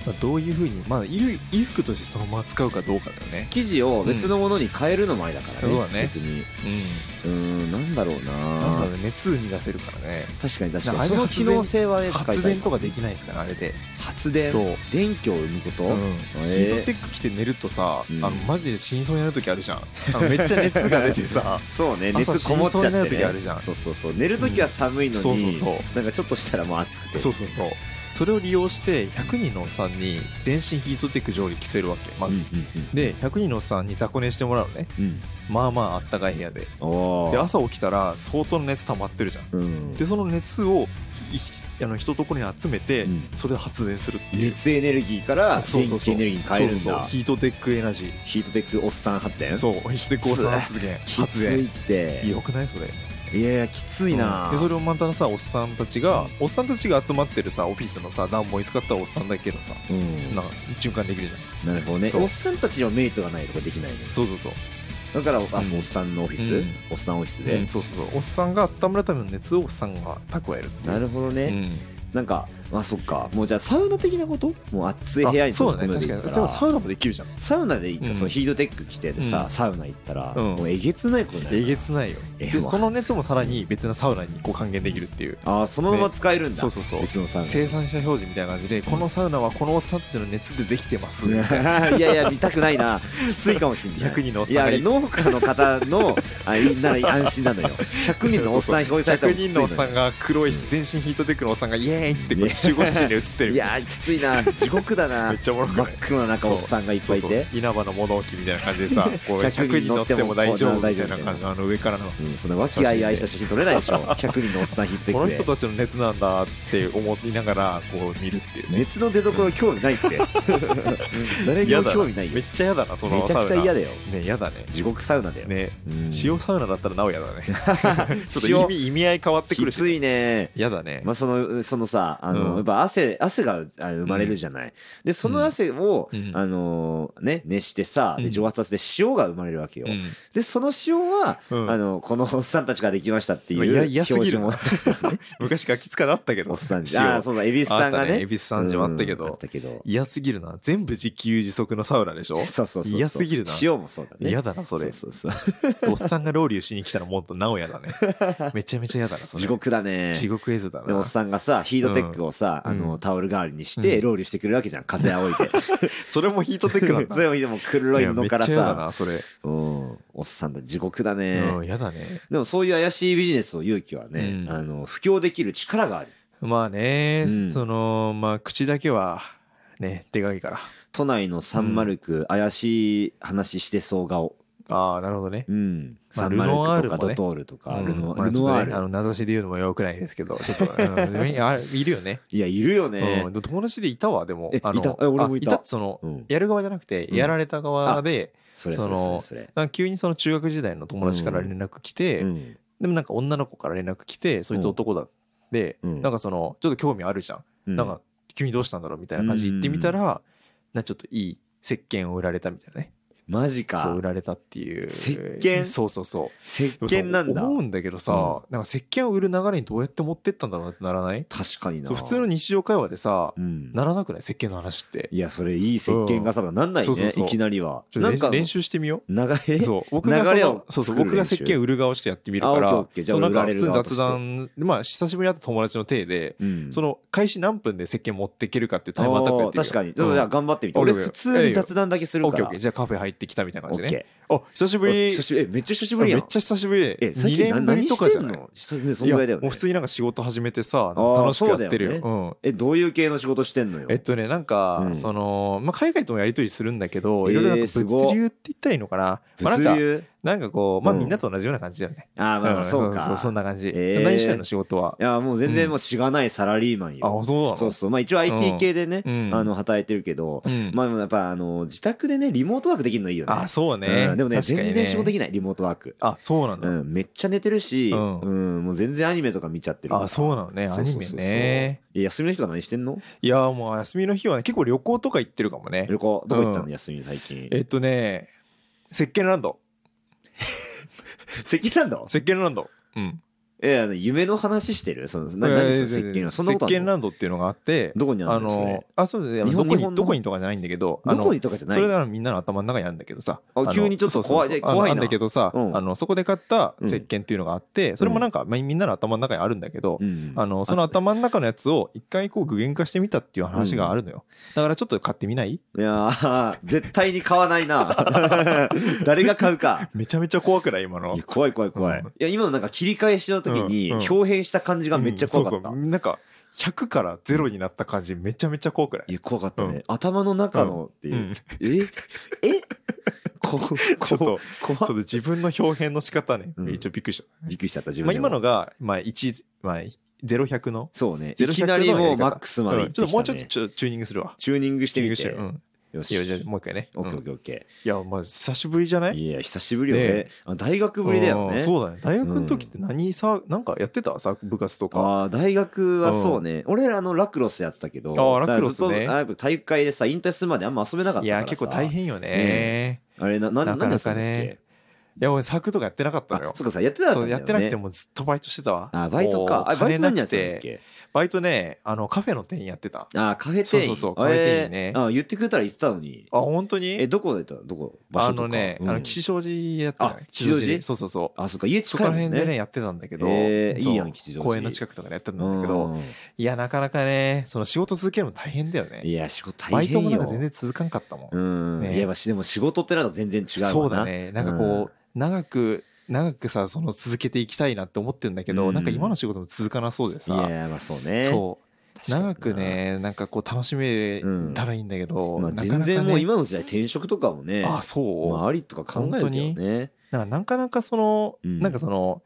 [SPEAKER 1] まあ、どういうふうにまあ衣類衣服としてそのまま使うかどうかだよね
[SPEAKER 2] 生地を別のものに変えるの前だからね,、
[SPEAKER 1] うんそうだね
[SPEAKER 2] 別に
[SPEAKER 1] う
[SPEAKER 2] うんなんだろう
[SPEAKER 1] んなんだ
[SPEAKER 2] な
[SPEAKER 1] ろう熱生み出せるからね
[SPEAKER 2] 確かに確か
[SPEAKER 1] なんかあ
[SPEAKER 2] に
[SPEAKER 1] れ
[SPEAKER 2] その機能性はね使い
[SPEAKER 1] 発
[SPEAKER 2] たい
[SPEAKER 1] 電とかできないですからあれで
[SPEAKER 2] 発電
[SPEAKER 1] そう
[SPEAKER 2] 電気を生むこと、
[SPEAKER 1] うんヒ
[SPEAKER 2] えー
[SPEAKER 1] ートテック着て寝るとさ、
[SPEAKER 2] うん
[SPEAKER 1] あのマジで死にそうになる時ある じゃんあのめっちゃ熱が出てさ
[SPEAKER 2] そうね
[SPEAKER 1] 朝
[SPEAKER 2] 熱こもっちゃっ
[SPEAKER 1] 死にそ
[SPEAKER 2] て、
[SPEAKER 1] うに
[SPEAKER 2] ね、
[SPEAKER 1] なる時あるじゃん
[SPEAKER 2] そうそうそう寝る時は寒いのに、
[SPEAKER 1] そうそうそう
[SPEAKER 2] なんかちょっとしたらもう暑くて
[SPEAKER 1] そうそうそうそれを利用して100人のおっさんに全身ヒートテック上に着せるわけま
[SPEAKER 2] うん
[SPEAKER 1] ず、
[SPEAKER 2] うんうん
[SPEAKER 1] で100人のおっさんに雑魚寝してもらうのね
[SPEAKER 2] うん
[SPEAKER 1] まあまああったかい部屋で
[SPEAKER 2] お
[SPEAKER 1] で
[SPEAKER 2] ー
[SPEAKER 1] 朝起きたら相当の熱溜まってるじゃん
[SPEAKER 2] うん
[SPEAKER 1] でその熱をいあの一ところに集めて、
[SPEAKER 2] うん
[SPEAKER 1] それで発電するっていう
[SPEAKER 2] 熱エネルギーから
[SPEAKER 1] そう
[SPEAKER 2] 電
[SPEAKER 1] そう
[SPEAKER 2] 気
[SPEAKER 1] そう
[SPEAKER 2] エネルギーに変えるんだ
[SPEAKER 1] そうそうヒートテックエナジー
[SPEAKER 2] ヒートテックおっさん発電
[SPEAKER 1] そうヒートテックおっさん発電
[SPEAKER 2] き
[SPEAKER 1] 発
[SPEAKER 2] つ
[SPEAKER 1] 電
[SPEAKER 2] いって
[SPEAKER 1] よくないそれ
[SPEAKER 2] いやいやきついな、
[SPEAKER 1] うんでそれをまたさおっさんたちがおっさんたちが集まってるさオフィスのさ暖房に使ったらおっさんだけのさ
[SPEAKER 2] うん
[SPEAKER 1] なんか循環できるじゃん
[SPEAKER 2] なるほどね
[SPEAKER 1] そう
[SPEAKER 2] おっさんたちにはメイトがないとかできないのよ
[SPEAKER 1] そうそうそう
[SPEAKER 2] だからあそう
[SPEAKER 1] うん
[SPEAKER 2] おっさんのオフィス、
[SPEAKER 1] うん
[SPEAKER 2] おっさんオフィス
[SPEAKER 1] で、
[SPEAKER 2] で、
[SPEAKER 1] そうそうそうおっさんが温めるための熱をおっさんが蓄えるっていう
[SPEAKER 2] なるほどね、
[SPEAKER 1] うん
[SPEAKER 2] なんかまあそっかもうじゃあサウナ的なこともう暑い部屋に
[SPEAKER 1] あそ
[SPEAKER 2] 閉
[SPEAKER 1] う
[SPEAKER 2] じ
[SPEAKER 1] だね確か
[SPEAKER 2] 込めていい
[SPEAKER 1] に
[SPEAKER 2] か
[SPEAKER 1] で
[SPEAKER 2] ら
[SPEAKER 1] もサウナもできるじゃん
[SPEAKER 2] サウナで行った、
[SPEAKER 1] うん
[SPEAKER 2] そのヒートテック着てさ、
[SPEAKER 1] うん
[SPEAKER 2] サウナ行ったら、
[SPEAKER 1] うん
[SPEAKER 2] もうえげつないことになる
[SPEAKER 1] えげつないよ
[SPEAKER 2] ええ
[SPEAKER 1] で
[SPEAKER 2] わ
[SPEAKER 1] その熱もさらに別なサウナにこう還元できるっていう
[SPEAKER 2] ああそのまま使えるんだ、
[SPEAKER 1] そうそうそう
[SPEAKER 2] 別のサウナ
[SPEAKER 1] 生産者表示みたいな感じでこのサウナはこのおっさんたちの熱でできてますみたいない
[SPEAKER 2] やいや見たくないなきついかもしんない
[SPEAKER 1] 100人のおっさん
[SPEAKER 2] いやあ
[SPEAKER 1] が
[SPEAKER 2] れ農家の方のあいいなら安心 なのよ100人のおっさん表示されたら
[SPEAKER 1] 100
[SPEAKER 2] きつい
[SPEAKER 1] 人の
[SPEAKER 2] のよ
[SPEAKER 1] おっさんが黒い全身ヒートテックのおっさんがイエーイってこう集合写真で写ってる
[SPEAKER 2] いやーきついな地獄だな
[SPEAKER 1] めっちゃおもろく
[SPEAKER 2] 真
[SPEAKER 1] な
[SPEAKER 2] っ
[SPEAKER 1] い
[SPEAKER 2] 黒な中おっさんがいっぱいい
[SPEAKER 1] そうそう
[SPEAKER 2] て
[SPEAKER 1] 稲葉の物置みたいな感じで さこう
[SPEAKER 2] 100
[SPEAKER 1] 100人乗っても大丈夫みた
[SPEAKER 2] 大
[SPEAKER 1] い
[SPEAKER 2] 丈夫
[SPEAKER 1] な感じのあの上からの
[SPEAKER 2] うんそんな和気あいあいした写真撮れな いでしょ100人のおっさん引いて
[SPEAKER 1] こ
[SPEAKER 2] く
[SPEAKER 1] の人
[SPEAKER 2] れ
[SPEAKER 1] たちの熱なんだって思いながらこう見るっていうね
[SPEAKER 2] 熱の出所興味ないって 誰に
[SPEAKER 1] 嫌
[SPEAKER 2] も
[SPEAKER 1] だ
[SPEAKER 2] 興味ないよ
[SPEAKER 1] めっちゃ嫌だなその
[SPEAKER 2] めちゃくちゃ嫌だよ
[SPEAKER 1] ね嫌だね
[SPEAKER 2] 地獄サウナだよ
[SPEAKER 1] ね
[SPEAKER 2] うん
[SPEAKER 1] 塩サウナだったらなお嫌だ ねちょっと意
[SPEAKER 2] 塩
[SPEAKER 1] 味意味合い変わってく
[SPEAKER 2] き
[SPEAKER 1] るし
[SPEAKER 2] ついね
[SPEAKER 1] 嫌だね
[SPEAKER 2] まあ、そのそのさあの、
[SPEAKER 1] うん
[SPEAKER 2] やっぱ汗汗があ生まれるじゃない、でその汗を、
[SPEAKER 1] うん
[SPEAKER 2] あのーね、熱してさ
[SPEAKER 1] う
[SPEAKER 2] で
[SPEAKER 1] ん
[SPEAKER 2] 蒸発させて塩が生まれるわけよ、でその塩は、
[SPEAKER 1] うん
[SPEAKER 2] あのこのおっさんたちができましたってい
[SPEAKER 1] いや
[SPEAKER 2] う
[SPEAKER 1] 嫌す
[SPEAKER 2] 表
[SPEAKER 1] ぎ
[SPEAKER 2] 示
[SPEAKER 1] るな
[SPEAKER 2] も
[SPEAKER 1] 昔ガキ使いだったけど
[SPEAKER 2] おっさん じ
[SPEAKER 1] 塩
[SPEAKER 2] ああそうだ蛭子さんが
[SPEAKER 1] あった
[SPEAKER 2] ね
[SPEAKER 1] 恵比寿さんじもあったけど
[SPEAKER 2] うあったけど
[SPEAKER 1] 嫌すぎるな全部自給自足のサウナでしょ
[SPEAKER 2] そうそうそうそう
[SPEAKER 1] 嫌すぎるな
[SPEAKER 2] 塩もそうだね
[SPEAKER 1] 嫌だなそれ
[SPEAKER 2] そうそうそう
[SPEAKER 1] おっさんがロウリュしに来たらもっとなお嫌だねめちゃめちゃ嫌だなそれ
[SPEAKER 2] 地獄だね
[SPEAKER 1] 地獄絵図だ
[SPEAKER 2] で
[SPEAKER 1] な
[SPEAKER 2] おっさんがさヒートテックをさ、
[SPEAKER 1] うん
[SPEAKER 2] あ
[SPEAKER 1] う
[SPEAKER 2] の
[SPEAKER 1] ん
[SPEAKER 2] タオル代わりにして、
[SPEAKER 1] うん
[SPEAKER 2] ロウリュしてくれるわけじゃん風あおい で
[SPEAKER 1] それもヒートテックなんだ
[SPEAKER 2] それを見ても黒い
[SPEAKER 1] やめ
[SPEAKER 2] 布
[SPEAKER 1] っ
[SPEAKER 2] から
[SPEAKER 1] ちゃ嫌だ
[SPEAKER 2] さ
[SPEAKER 1] なそれ
[SPEAKER 2] うん、おっさんだ地獄だね、
[SPEAKER 1] うん嫌だね
[SPEAKER 2] でもそういう怪しいビジネスを勇気はね、
[SPEAKER 1] うん
[SPEAKER 2] あの布教できる力がある
[SPEAKER 1] まあね、
[SPEAKER 2] うん
[SPEAKER 1] そのまあ口だけはねでかいから
[SPEAKER 2] 都内のサンマルク、怪しい話してそう顔、
[SPEAKER 1] ああなるほどね
[SPEAKER 2] うん
[SPEAKER 1] まあ
[SPEAKER 2] サンマルク
[SPEAKER 1] ル
[SPEAKER 2] と
[SPEAKER 1] ノアールも
[SPEAKER 2] か
[SPEAKER 1] ね
[SPEAKER 2] ドトールとか、
[SPEAKER 1] うん
[SPEAKER 2] ルノ
[SPEAKER 1] まあ
[SPEAKER 2] ルノ
[SPEAKER 1] ちょ
[SPEAKER 2] アー
[SPEAKER 1] っとねあ
[SPEAKER 2] ル
[SPEAKER 1] の名指しで言うのもよくないですけどちょっと、うんあいるよね、
[SPEAKER 2] いやいるよね
[SPEAKER 1] うん、でも友達でいたわでも
[SPEAKER 2] え
[SPEAKER 1] あの
[SPEAKER 2] いたえ俺もいた
[SPEAKER 1] あその、
[SPEAKER 2] うん
[SPEAKER 1] やる側じゃなくて
[SPEAKER 2] うん
[SPEAKER 1] やられた側で、
[SPEAKER 2] それそ
[SPEAKER 1] そ
[SPEAKER 2] れそれ
[SPEAKER 1] の
[SPEAKER 2] それ
[SPEAKER 1] なんか急にその中学時代の友達から連絡来て、
[SPEAKER 2] うん
[SPEAKER 1] でもなんか女の子から連絡来てそいつ男だで、
[SPEAKER 2] うん
[SPEAKER 1] なんかそのちょっと興味あるじゃん、
[SPEAKER 2] うん
[SPEAKER 1] なんか君どうしたんだろうみたいな感じで言ってみたら、なんかちょっといい石鹸を売られたみたいなね
[SPEAKER 2] マジ
[SPEAKER 1] そう売
[SPEAKER 2] から
[SPEAKER 1] れたっていう
[SPEAKER 2] 石鹸
[SPEAKER 1] そうそうそう
[SPEAKER 2] 石
[SPEAKER 1] でもさ
[SPEAKER 2] 鹸なんだ
[SPEAKER 1] 思うんだけどさ、なんか石鹸を売る流れにどうやって持ってったんだろうなってならない
[SPEAKER 2] 確かにな
[SPEAKER 1] そう普通の日常会話でさ、
[SPEAKER 2] うん、
[SPEAKER 1] ならなくない石鹸の話って
[SPEAKER 2] いやそれいい石鹸がさ、なんないね
[SPEAKER 1] そうそうそう
[SPEAKER 2] いきなりは
[SPEAKER 1] ちょっと
[SPEAKER 2] な
[SPEAKER 1] 練
[SPEAKER 2] んか
[SPEAKER 1] 練習してみよう
[SPEAKER 2] 長い
[SPEAKER 1] そう僕がそ
[SPEAKER 2] 流れ
[SPEAKER 1] の
[SPEAKER 2] を
[SPEAKER 1] そうそう
[SPEAKER 2] 作る
[SPEAKER 1] 僕が
[SPEAKER 2] 練習
[SPEAKER 1] 石鹸売る顔してやってみるか
[SPEAKER 2] あオッケーオ
[SPEAKER 1] ら
[SPEAKER 2] ッケーじゃ
[SPEAKER 1] そ
[SPEAKER 2] あ
[SPEAKER 1] うなんか
[SPEAKER 2] 売られ
[SPEAKER 1] 普通に
[SPEAKER 2] る側として
[SPEAKER 1] 雑談まあ久しぶりに会った友達の体で
[SPEAKER 2] うん
[SPEAKER 1] その開始何分で石鹸持っていけるかっていうタイムアタックやってみよう
[SPEAKER 2] あー確かに。ち
[SPEAKER 1] う
[SPEAKER 2] ょっ
[SPEAKER 1] ん
[SPEAKER 2] とじゃあ頑張ってみて。
[SPEAKER 1] オッケ
[SPEAKER 2] 俺
[SPEAKER 1] ーオッケー
[SPEAKER 2] 普通に雑談だけする
[SPEAKER 1] オッ
[SPEAKER 2] か
[SPEAKER 1] ケー
[SPEAKER 2] ら。
[SPEAKER 1] オッケーじゃあカフェ入ってきたみたいな
[SPEAKER 2] オ
[SPEAKER 1] 感じ
[SPEAKER 2] ッ
[SPEAKER 1] ね
[SPEAKER 2] ケ
[SPEAKER 1] あ久しぶ
[SPEAKER 2] ー。
[SPEAKER 1] り
[SPEAKER 2] 久しぶりえめっちゃ久し
[SPEAKER 1] あ
[SPEAKER 2] ぶりや
[SPEAKER 1] め
[SPEAKER 2] ん
[SPEAKER 1] っ。ちゃ久しぶり
[SPEAKER 2] え、
[SPEAKER 1] 2年ぶりとかじゃない
[SPEAKER 2] 最近何してんのそん
[SPEAKER 1] い
[SPEAKER 2] ぐ
[SPEAKER 1] や
[SPEAKER 2] らいだよね。
[SPEAKER 1] もう普通になんか仕事始めてさ
[SPEAKER 2] あー
[SPEAKER 1] 楽しくやってるよ
[SPEAKER 2] そうだ
[SPEAKER 1] うん
[SPEAKER 2] え、どういう系の仕事してんのよ。
[SPEAKER 1] えっとねなんか、
[SPEAKER 2] うん
[SPEAKER 1] その、まあ、海外ともやり取りするんだけど、
[SPEAKER 2] えー
[SPEAKER 1] いろいろなんか
[SPEAKER 2] すごっ
[SPEAKER 1] 物流って言ったらいいのかな、まあ、なん
[SPEAKER 2] 物
[SPEAKER 1] か
[SPEAKER 2] 流
[SPEAKER 1] なんかこうまあ
[SPEAKER 2] うん
[SPEAKER 1] みんなと同じような感じだよね、
[SPEAKER 2] ああ、まあまあ
[SPEAKER 1] ん
[SPEAKER 2] そう
[SPEAKER 1] そう
[SPEAKER 2] か。
[SPEAKER 1] そんな感じ、
[SPEAKER 2] えー
[SPEAKER 1] 何してんの仕事はい
[SPEAKER 2] や、もう全然もうしがないサラリーマン
[SPEAKER 1] あ
[SPEAKER 2] よ。
[SPEAKER 1] そうなの
[SPEAKER 2] そうそう。まあ一応 IT 系でね、
[SPEAKER 1] うん
[SPEAKER 2] あの、働いてるけど、
[SPEAKER 1] うん
[SPEAKER 2] まあでもやっぱあの、自宅でね、リモートワークできるのいいよね。
[SPEAKER 1] あそうね、
[SPEAKER 2] うんでもね
[SPEAKER 1] 確かにね
[SPEAKER 2] 全然仕事できないリモートワーク、
[SPEAKER 1] あ、そうなんだ。
[SPEAKER 2] うん、めっちゃ寝てるし、
[SPEAKER 1] う
[SPEAKER 2] うんんもう全然アニメとか見ちゃってる
[SPEAKER 1] あ、そうなのね。ア
[SPEAKER 2] そう
[SPEAKER 1] ニ
[SPEAKER 2] そう
[SPEAKER 1] メ
[SPEAKER 2] そうそう
[SPEAKER 1] ね。
[SPEAKER 2] え休みの日とか何してんの
[SPEAKER 1] いやー、もう休みの日はね、結構旅行とか行ってるかもね。
[SPEAKER 2] 旅行どこ行ったの、
[SPEAKER 1] うん
[SPEAKER 2] 休み最近
[SPEAKER 1] えっとね、石鹸ランド。
[SPEAKER 2] 石鹸ランド
[SPEAKER 1] 石鹸ランド。うん。
[SPEAKER 2] えあの夢の話してるそのな何その石鹸ランドそんなことあ
[SPEAKER 1] 石
[SPEAKER 2] る
[SPEAKER 1] 鹸
[SPEAKER 2] の
[SPEAKER 1] ランドっていうのがあって、
[SPEAKER 2] どこにあ
[SPEAKER 1] あ
[SPEAKER 2] るんですか
[SPEAKER 1] の、あ、そうですね。
[SPEAKER 2] 日
[SPEAKER 1] ど
[SPEAKER 2] 本
[SPEAKER 1] こ
[SPEAKER 2] 日本
[SPEAKER 1] に、
[SPEAKER 2] の
[SPEAKER 1] どこにとかじゃないんだけど、あ
[SPEAKER 2] ど
[SPEAKER 1] の
[SPEAKER 2] こにとかじゃない
[SPEAKER 1] それならみんなの頭の中にあるんだけどさ
[SPEAKER 2] あ
[SPEAKER 1] の
[SPEAKER 2] 急にちょっと怖い
[SPEAKER 1] そうそうそう
[SPEAKER 2] 怖い
[SPEAKER 1] あのあん
[SPEAKER 2] な
[SPEAKER 1] だけどさ、
[SPEAKER 2] うん
[SPEAKER 1] あのそこで買った石鹸っていうのがあって、それもなんか、まあみんなの頭の中にあるんだけど、
[SPEAKER 2] うん
[SPEAKER 1] あのその頭の中のやつを一回こう具現化してみたっていう話があるのよ、だからちょっと買ってみない
[SPEAKER 2] いやー絶対に買わないな 誰が買うか
[SPEAKER 1] めちゃめちゃ怖くない今の
[SPEAKER 2] いや怖い怖い怖い、
[SPEAKER 1] うん
[SPEAKER 2] いや今のなんか切り返しの時に
[SPEAKER 1] うんうん
[SPEAKER 2] 表変した感じがめっちゃ怖かった、
[SPEAKER 1] うんそうそうなんか100から0になった感じめちゃめちゃ怖くない
[SPEAKER 2] いや怖かったね、
[SPEAKER 1] うん
[SPEAKER 2] 頭の中のっていう、
[SPEAKER 1] うん
[SPEAKER 2] ええここ
[SPEAKER 1] ちょっとちょ
[SPEAKER 2] 怖
[SPEAKER 1] っと自分の表現の仕方ね、
[SPEAKER 2] うん
[SPEAKER 1] 一応びっくりし
[SPEAKER 2] びっくりしちゃった自
[SPEAKER 1] た、
[SPEAKER 2] 分
[SPEAKER 1] まあ、
[SPEAKER 2] でも
[SPEAKER 1] 今のが、まあ、1、まあ、0100の、
[SPEAKER 2] そうね
[SPEAKER 1] ゼ
[SPEAKER 2] い
[SPEAKER 1] ロ
[SPEAKER 2] きなり
[SPEAKER 1] のや
[SPEAKER 2] も
[SPEAKER 1] り
[SPEAKER 2] う
[SPEAKER 1] 方
[SPEAKER 2] マックスまで行
[SPEAKER 1] う
[SPEAKER 2] っ
[SPEAKER 1] ん
[SPEAKER 2] て
[SPEAKER 1] ちょっともうちょっと
[SPEAKER 2] きたね
[SPEAKER 1] チュチューニングするわ
[SPEAKER 2] チューニングしてみ
[SPEAKER 1] チュ
[SPEAKER 2] て
[SPEAKER 1] ーニングして
[SPEAKER 2] よし
[SPEAKER 1] うん、いやじゃあもう一回ね、
[SPEAKER 2] オッケー
[SPEAKER 1] う
[SPEAKER 2] オッ
[SPEAKER 1] ん
[SPEAKER 2] ケーオッケ
[SPEAKER 1] いやまあ久しぶりじゃな
[SPEAKER 2] ー
[SPEAKER 1] い
[SPEAKER 2] いや久しぶりよね
[SPEAKER 1] ね
[SPEAKER 2] あ大学ぶりだよ
[SPEAKER 1] うん
[SPEAKER 2] ね
[SPEAKER 1] そうだね大学の時って何さ、なんかやってたさ部活とか
[SPEAKER 2] あー大学はそうね、俺らあのラクロスやってたけど
[SPEAKER 1] あーラクロスね
[SPEAKER 2] だからずっとあやっぱ体育会でさ引退するまであんま遊べなかったからさ
[SPEAKER 1] いや結構大変よね
[SPEAKER 2] あれなな
[SPEAKER 1] なかなかね
[SPEAKER 2] 何で
[SPEAKER 1] いや俺サークルとかやってなかった
[SPEAKER 2] 遊ん
[SPEAKER 1] の
[SPEAKER 2] でたっ
[SPEAKER 1] よ
[SPEAKER 2] けあそうかさやってなか
[SPEAKER 1] そ
[SPEAKER 2] っ
[SPEAKER 1] うん
[SPEAKER 2] ただよね
[SPEAKER 1] やってなくてもうずっとバイトしてたわ
[SPEAKER 2] あバイトか
[SPEAKER 1] もう
[SPEAKER 2] あバイト
[SPEAKER 1] 金
[SPEAKER 2] 何
[SPEAKER 1] な
[SPEAKER 2] やっ
[SPEAKER 1] く
[SPEAKER 2] てたんだっけ
[SPEAKER 1] バイトねあのカフェの店員やってた
[SPEAKER 2] あカフェ店員
[SPEAKER 1] そうそうそうカフェ店員ね
[SPEAKER 2] えーあ言ってくれたら言ってたのに
[SPEAKER 1] あ本当に
[SPEAKER 2] えどこだったどこ場
[SPEAKER 1] あ
[SPEAKER 2] 所とか
[SPEAKER 1] のね、
[SPEAKER 2] うん
[SPEAKER 1] あの吉祥寺やってたね
[SPEAKER 2] あ吉祥寺
[SPEAKER 1] そうそうそう
[SPEAKER 2] あそっか家
[SPEAKER 1] そこ
[SPEAKER 2] 近い
[SPEAKER 1] ら
[SPEAKER 2] もんね
[SPEAKER 1] 辺でねやってたんだけど、
[SPEAKER 2] えー
[SPEAKER 1] そう
[SPEAKER 2] いいやん吉祥寺
[SPEAKER 1] 公園の近くとかでやってたんだけ
[SPEAKER 2] う
[SPEAKER 1] ど
[SPEAKER 2] ん
[SPEAKER 1] いやなかなかねその仕事続けるの大変だよね
[SPEAKER 2] いや仕事
[SPEAKER 1] バ
[SPEAKER 2] 大
[SPEAKER 1] イトも
[SPEAKER 2] 変
[SPEAKER 1] なん
[SPEAKER 2] よ
[SPEAKER 1] か全然続かんかったもん、
[SPEAKER 2] うん
[SPEAKER 1] ね
[SPEAKER 2] いやまあしでも仕事ってなんか全然違うわな
[SPEAKER 1] そうだねなんかこう、長く長くさその続けていきたいなって思ってるんだけど、
[SPEAKER 2] うん
[SPEAKER 1] なんか今の仕事も続かなそうで
[SPEAKER 2] い
[SPEAKER 1] さ、
[SPEAKER 2] やまあそうね
[SPEAKER 1] そう
[SPEAKER 2] 確かにな
[SPEAKER 1] 長くねなんかこう楽しめたらいいんだけど、
[SPEAKER 2] まあ
[SPEAKER 1] なか
[SPEAKER 2] 全
[SPEAKER 1] なかね
[SPEAKER 2] 然もう今の時代転職とかもね
[SPEAKER 1] あそう、
[SPEAKER 2] まあありとか考えるけどね
[SPEAKER 1] なんかなかなかその、
[SPEAKER 2] うん
[SPEAKER 1] なんかその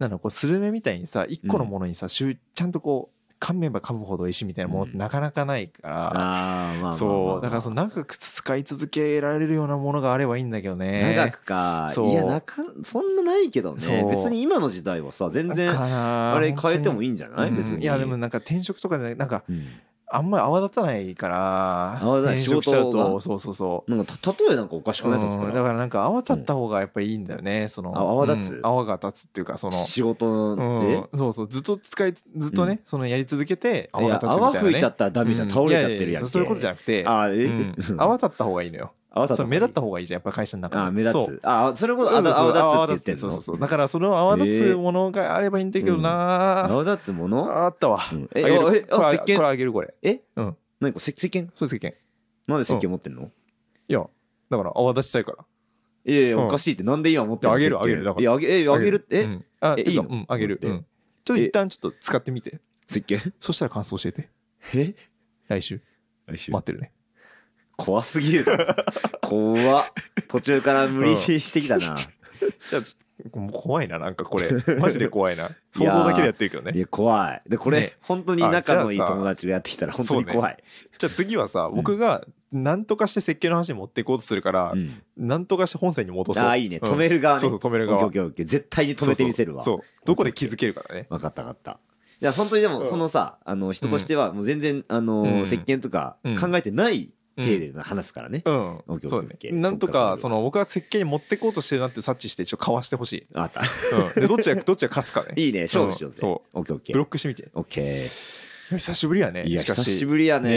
[SPEAKER 1] なんだろうこうスルメみたいにさ一個のものにさ、しゅちゃんとこう噛めば噛むほど石みたいなものってなかなかないから、
[SPEAKER 2] あーまあまあまあまあ
[SPEAKER 1] そうだからその長く使い続けられるようなものがあればいいんだけどね
[SPEAKER 2] 長くか
[SPEAKER 1] そう
[SPEAKER 2] いやなかそんなないけどね
[SPEAKER 1] そう
[SPEAKER 2] 別に今の時代はさ全然あ
[SPEAKER 1] あ
[SPEAKER 2] れ変えても
[SPEAKER 1] いい
[SPEAKER 2] いいんじゃない別に
[SPEAKER 1] いやでもなんか転職とかじゃないなんか
[SPEAKER 2] うん
[SPEAKER 1] あんまり泡立たないから
[SPEAKER 2] 泡立たない
[SPEAKER 1] 転職しちゃう
[SPEAKER 2] 仕事
[SPEAKER 1] と
[SPEAKER 2] が
[SPEAKER 1] そうそうそう
[SPEAKER 2] なんかた例えなんかおかしく
[SPEAKER 1] うん
[SPEAKER 2] な
[SPEAKER 1] だ
[SPEAKER 2] いです
[SPEAKER 1] か
[SPEAKER 2] から
[SPEAKER 1] なんか泡立った方がやっぱいいんだよね、その
[SPEAKER 2] あ泡立
[SPEAKER 1] う
[SPEAKER 2] つ
[SPEAKER 1] ん泡が立つっていうかその
[SPEAKER 2] 仕事で
[SPEAKER 1] うん、そうそうずっと使いずっとね、
[SPEAKER 2] う
[SPEAKER 1] そのやり続けて
[SPEAKER 2] い
[SPEAKER 1] 泡が
[SPEAKER 2] や
[SPEAKER 1] 立つみたいな、
[SPEAKER 2] 泡
[SPEAKER 1] ね、
[SPEAKER 2] 吹いちゃったらダメじゃん
[SPEAKER 1] う
[SPEAKER 2] 倒れちゃってる
[SPEAKER 1] いい
[SPEAKER 2] や
[SPEAKER 1] そ
[SPEAKER 2] ん
[SPEAKER 1] うそういうことじゃ
[SPEAKER 2] ゃ
[SPEAKER 1] なくて
[SPEAKER 2] あえ
[SPEAKER 1] うん泡立った方がいいのよ
[SPEAKER 2] 泡立
[SPEAKER 1] そ
[SPEAKER 2] た
[SPEAKER 1] う目立った方がいいじゃんやっぱ会社の中で
[SPEAKER 2] あ目立
[SPEAKER 1] そう
[SPEAKER 2] つあそれこそ
[SPEAKER 1] そうそうそう
[SPEAKER 2] あ泡
[SPEAKER 1] 泡
[SPEAKER 2] 立つって言って
[SPEAKER 1] そ
[SPEAKER 2] ん
[SPEAKER 1] う
[SPEAKER 2] の
[SPEAKER 1] そうそうだからその泡立つものがあればいいんだけどな、
[SPEAKER 2] 泡立つも
[SPEAKER 1] あ
[SPEAKER 2] の
[SPEAKER 1] あったわ、
[SPEAKER 2] うん
[SPEAKER 1] あ
[SPEAKER 2] え
[SPEAKER 1] げる
[SPEAKER 2] あえあ
[SPEAKER 1] これ
[SPEAKER 2] 石鹸
[SPEAKER 1] これあげるこれ
[SPEAKER 2] 何か石石鹸
[SPEAKER 1] そうですけんい
[SPEAKER 2] なんで石鹸持ってんの
[SPEAKER 1] やだから泡立ちたいから
[SPEAKER 2] いやいや
[SPEAKER 1] うん
[SPEAKER 2] おかしいってなんで今持ってんの
[SPEAKER 1] いやあげるあげる
[SPEAKER 2] 石鹸
[SPEAKER 1] だから
[SPEAKER 2] いやあげえあげる
[SPEAKER 1] う
[SPEAKER 2] え
[SPEAKER 1] んあて
[SPEAKER 2] え
[SPEAKER 1] か
[SPEAKER 2] いいの
[SPEAKER 1] うんあげる、
[SPEAKER 2] 持
[SPEAKER 1] う
[SPEAKER 2] って
[SPEAKER 1] ん、ちょっと一旦ちょっと使ってみて
[SPEAKER 2] 石鹸
[SPEAKER 1] そしたら感想教えて
[SPEAKER 2] え
[SPEAKER 1] 来週待ってるね
[SPEAKER 2] 怖すぎるな怖っ途中から無理してきたな、
[SPEAKER 1] もう怖いななんかこ れマジで怖いな想像だけでやってるけどね
[SPEAKER 2] いや怖いでこれ、
[SPEAKER 1] ね
[SPEAKER 2] 本当に仲のいい友達がやってきたら本当に怖い、
[SPEAKER 1] じゃあ次はさ
[SPEAKER 2] うん
[SPEAKER 1] 僕が何とかして設計の話に持っていこうとするから
[SPEAKER 2] うん
[SPEAKER 1] 何とかして本線に戻そう
[SPEAKER 2] ああいいね
[SPEAKER 1] うん
[SPEAKER 2] 止める側ね、
[SPEAKER 1] そうそう止める
[SPEAKER 2] オッケ
[SPEAKER 1] 側
[SPEAKER 2] ーオッケーオッケー絶対に止めてみせるわ
[SPEAKER 1] そうそうそうどこで気づけるからね
[SPEAKER 2] 分かった分かったいや本当にでも
[SPEAKER 1] うん
[SPEAKER 2] そのさあの人としてはもう全然あの
[SPEAKER 1] うん
[SPEAKER 2] 石鹸とか
[SPEAKER 1] うん
[SPEAKER 2] 考えてない
[SPEAKER 1] うん
[SPEAKER 2] 体で話すからね、
[SPEAKER 1] うん
[SPEAKER 2] オッケー
[SPEAKER 1] そ
[SPEAKER 2] オ
[SPEAKER 1] う
[SPEAKER 2] ッ
[SPEAKER 1] ね
[SPEAKER 2] ケーオッケー
[SPEAKER 1] なんと
[SPEAKER 2] そっかそっ
[SPEAKER 1] か
[SPEAKER 2] か
[SPEAKER 1] その僕は設計に持ってこうとしてるなって察知してちょっとかわしてほしい
[SPEAKER 2] 分かっ
[SPEAKER 1] うんでどっちがどっちが勝つか
[SPEAKER 2] た
[SPEAKER 1] ね
[SPEAKER 2] いいね勝負しようぜ、
[SPEAKER 1] そ
[SPEAKER 2] オッケーオッケ
[SPEAKER 1] ブロ
[SPEAKER 2] ー
[SPEAKER 1] ックしてみて
[SPEAKER 2] オッケー
[SPEAKER 1] 久しぶりやね
[SPEAKER 2] いや
[SPEAKER 1] しか
[SPEAKER 2] 久
[SPEAKER 1] し
[SPEAKER 2] しぶりやね
[SPEAKER 1] ね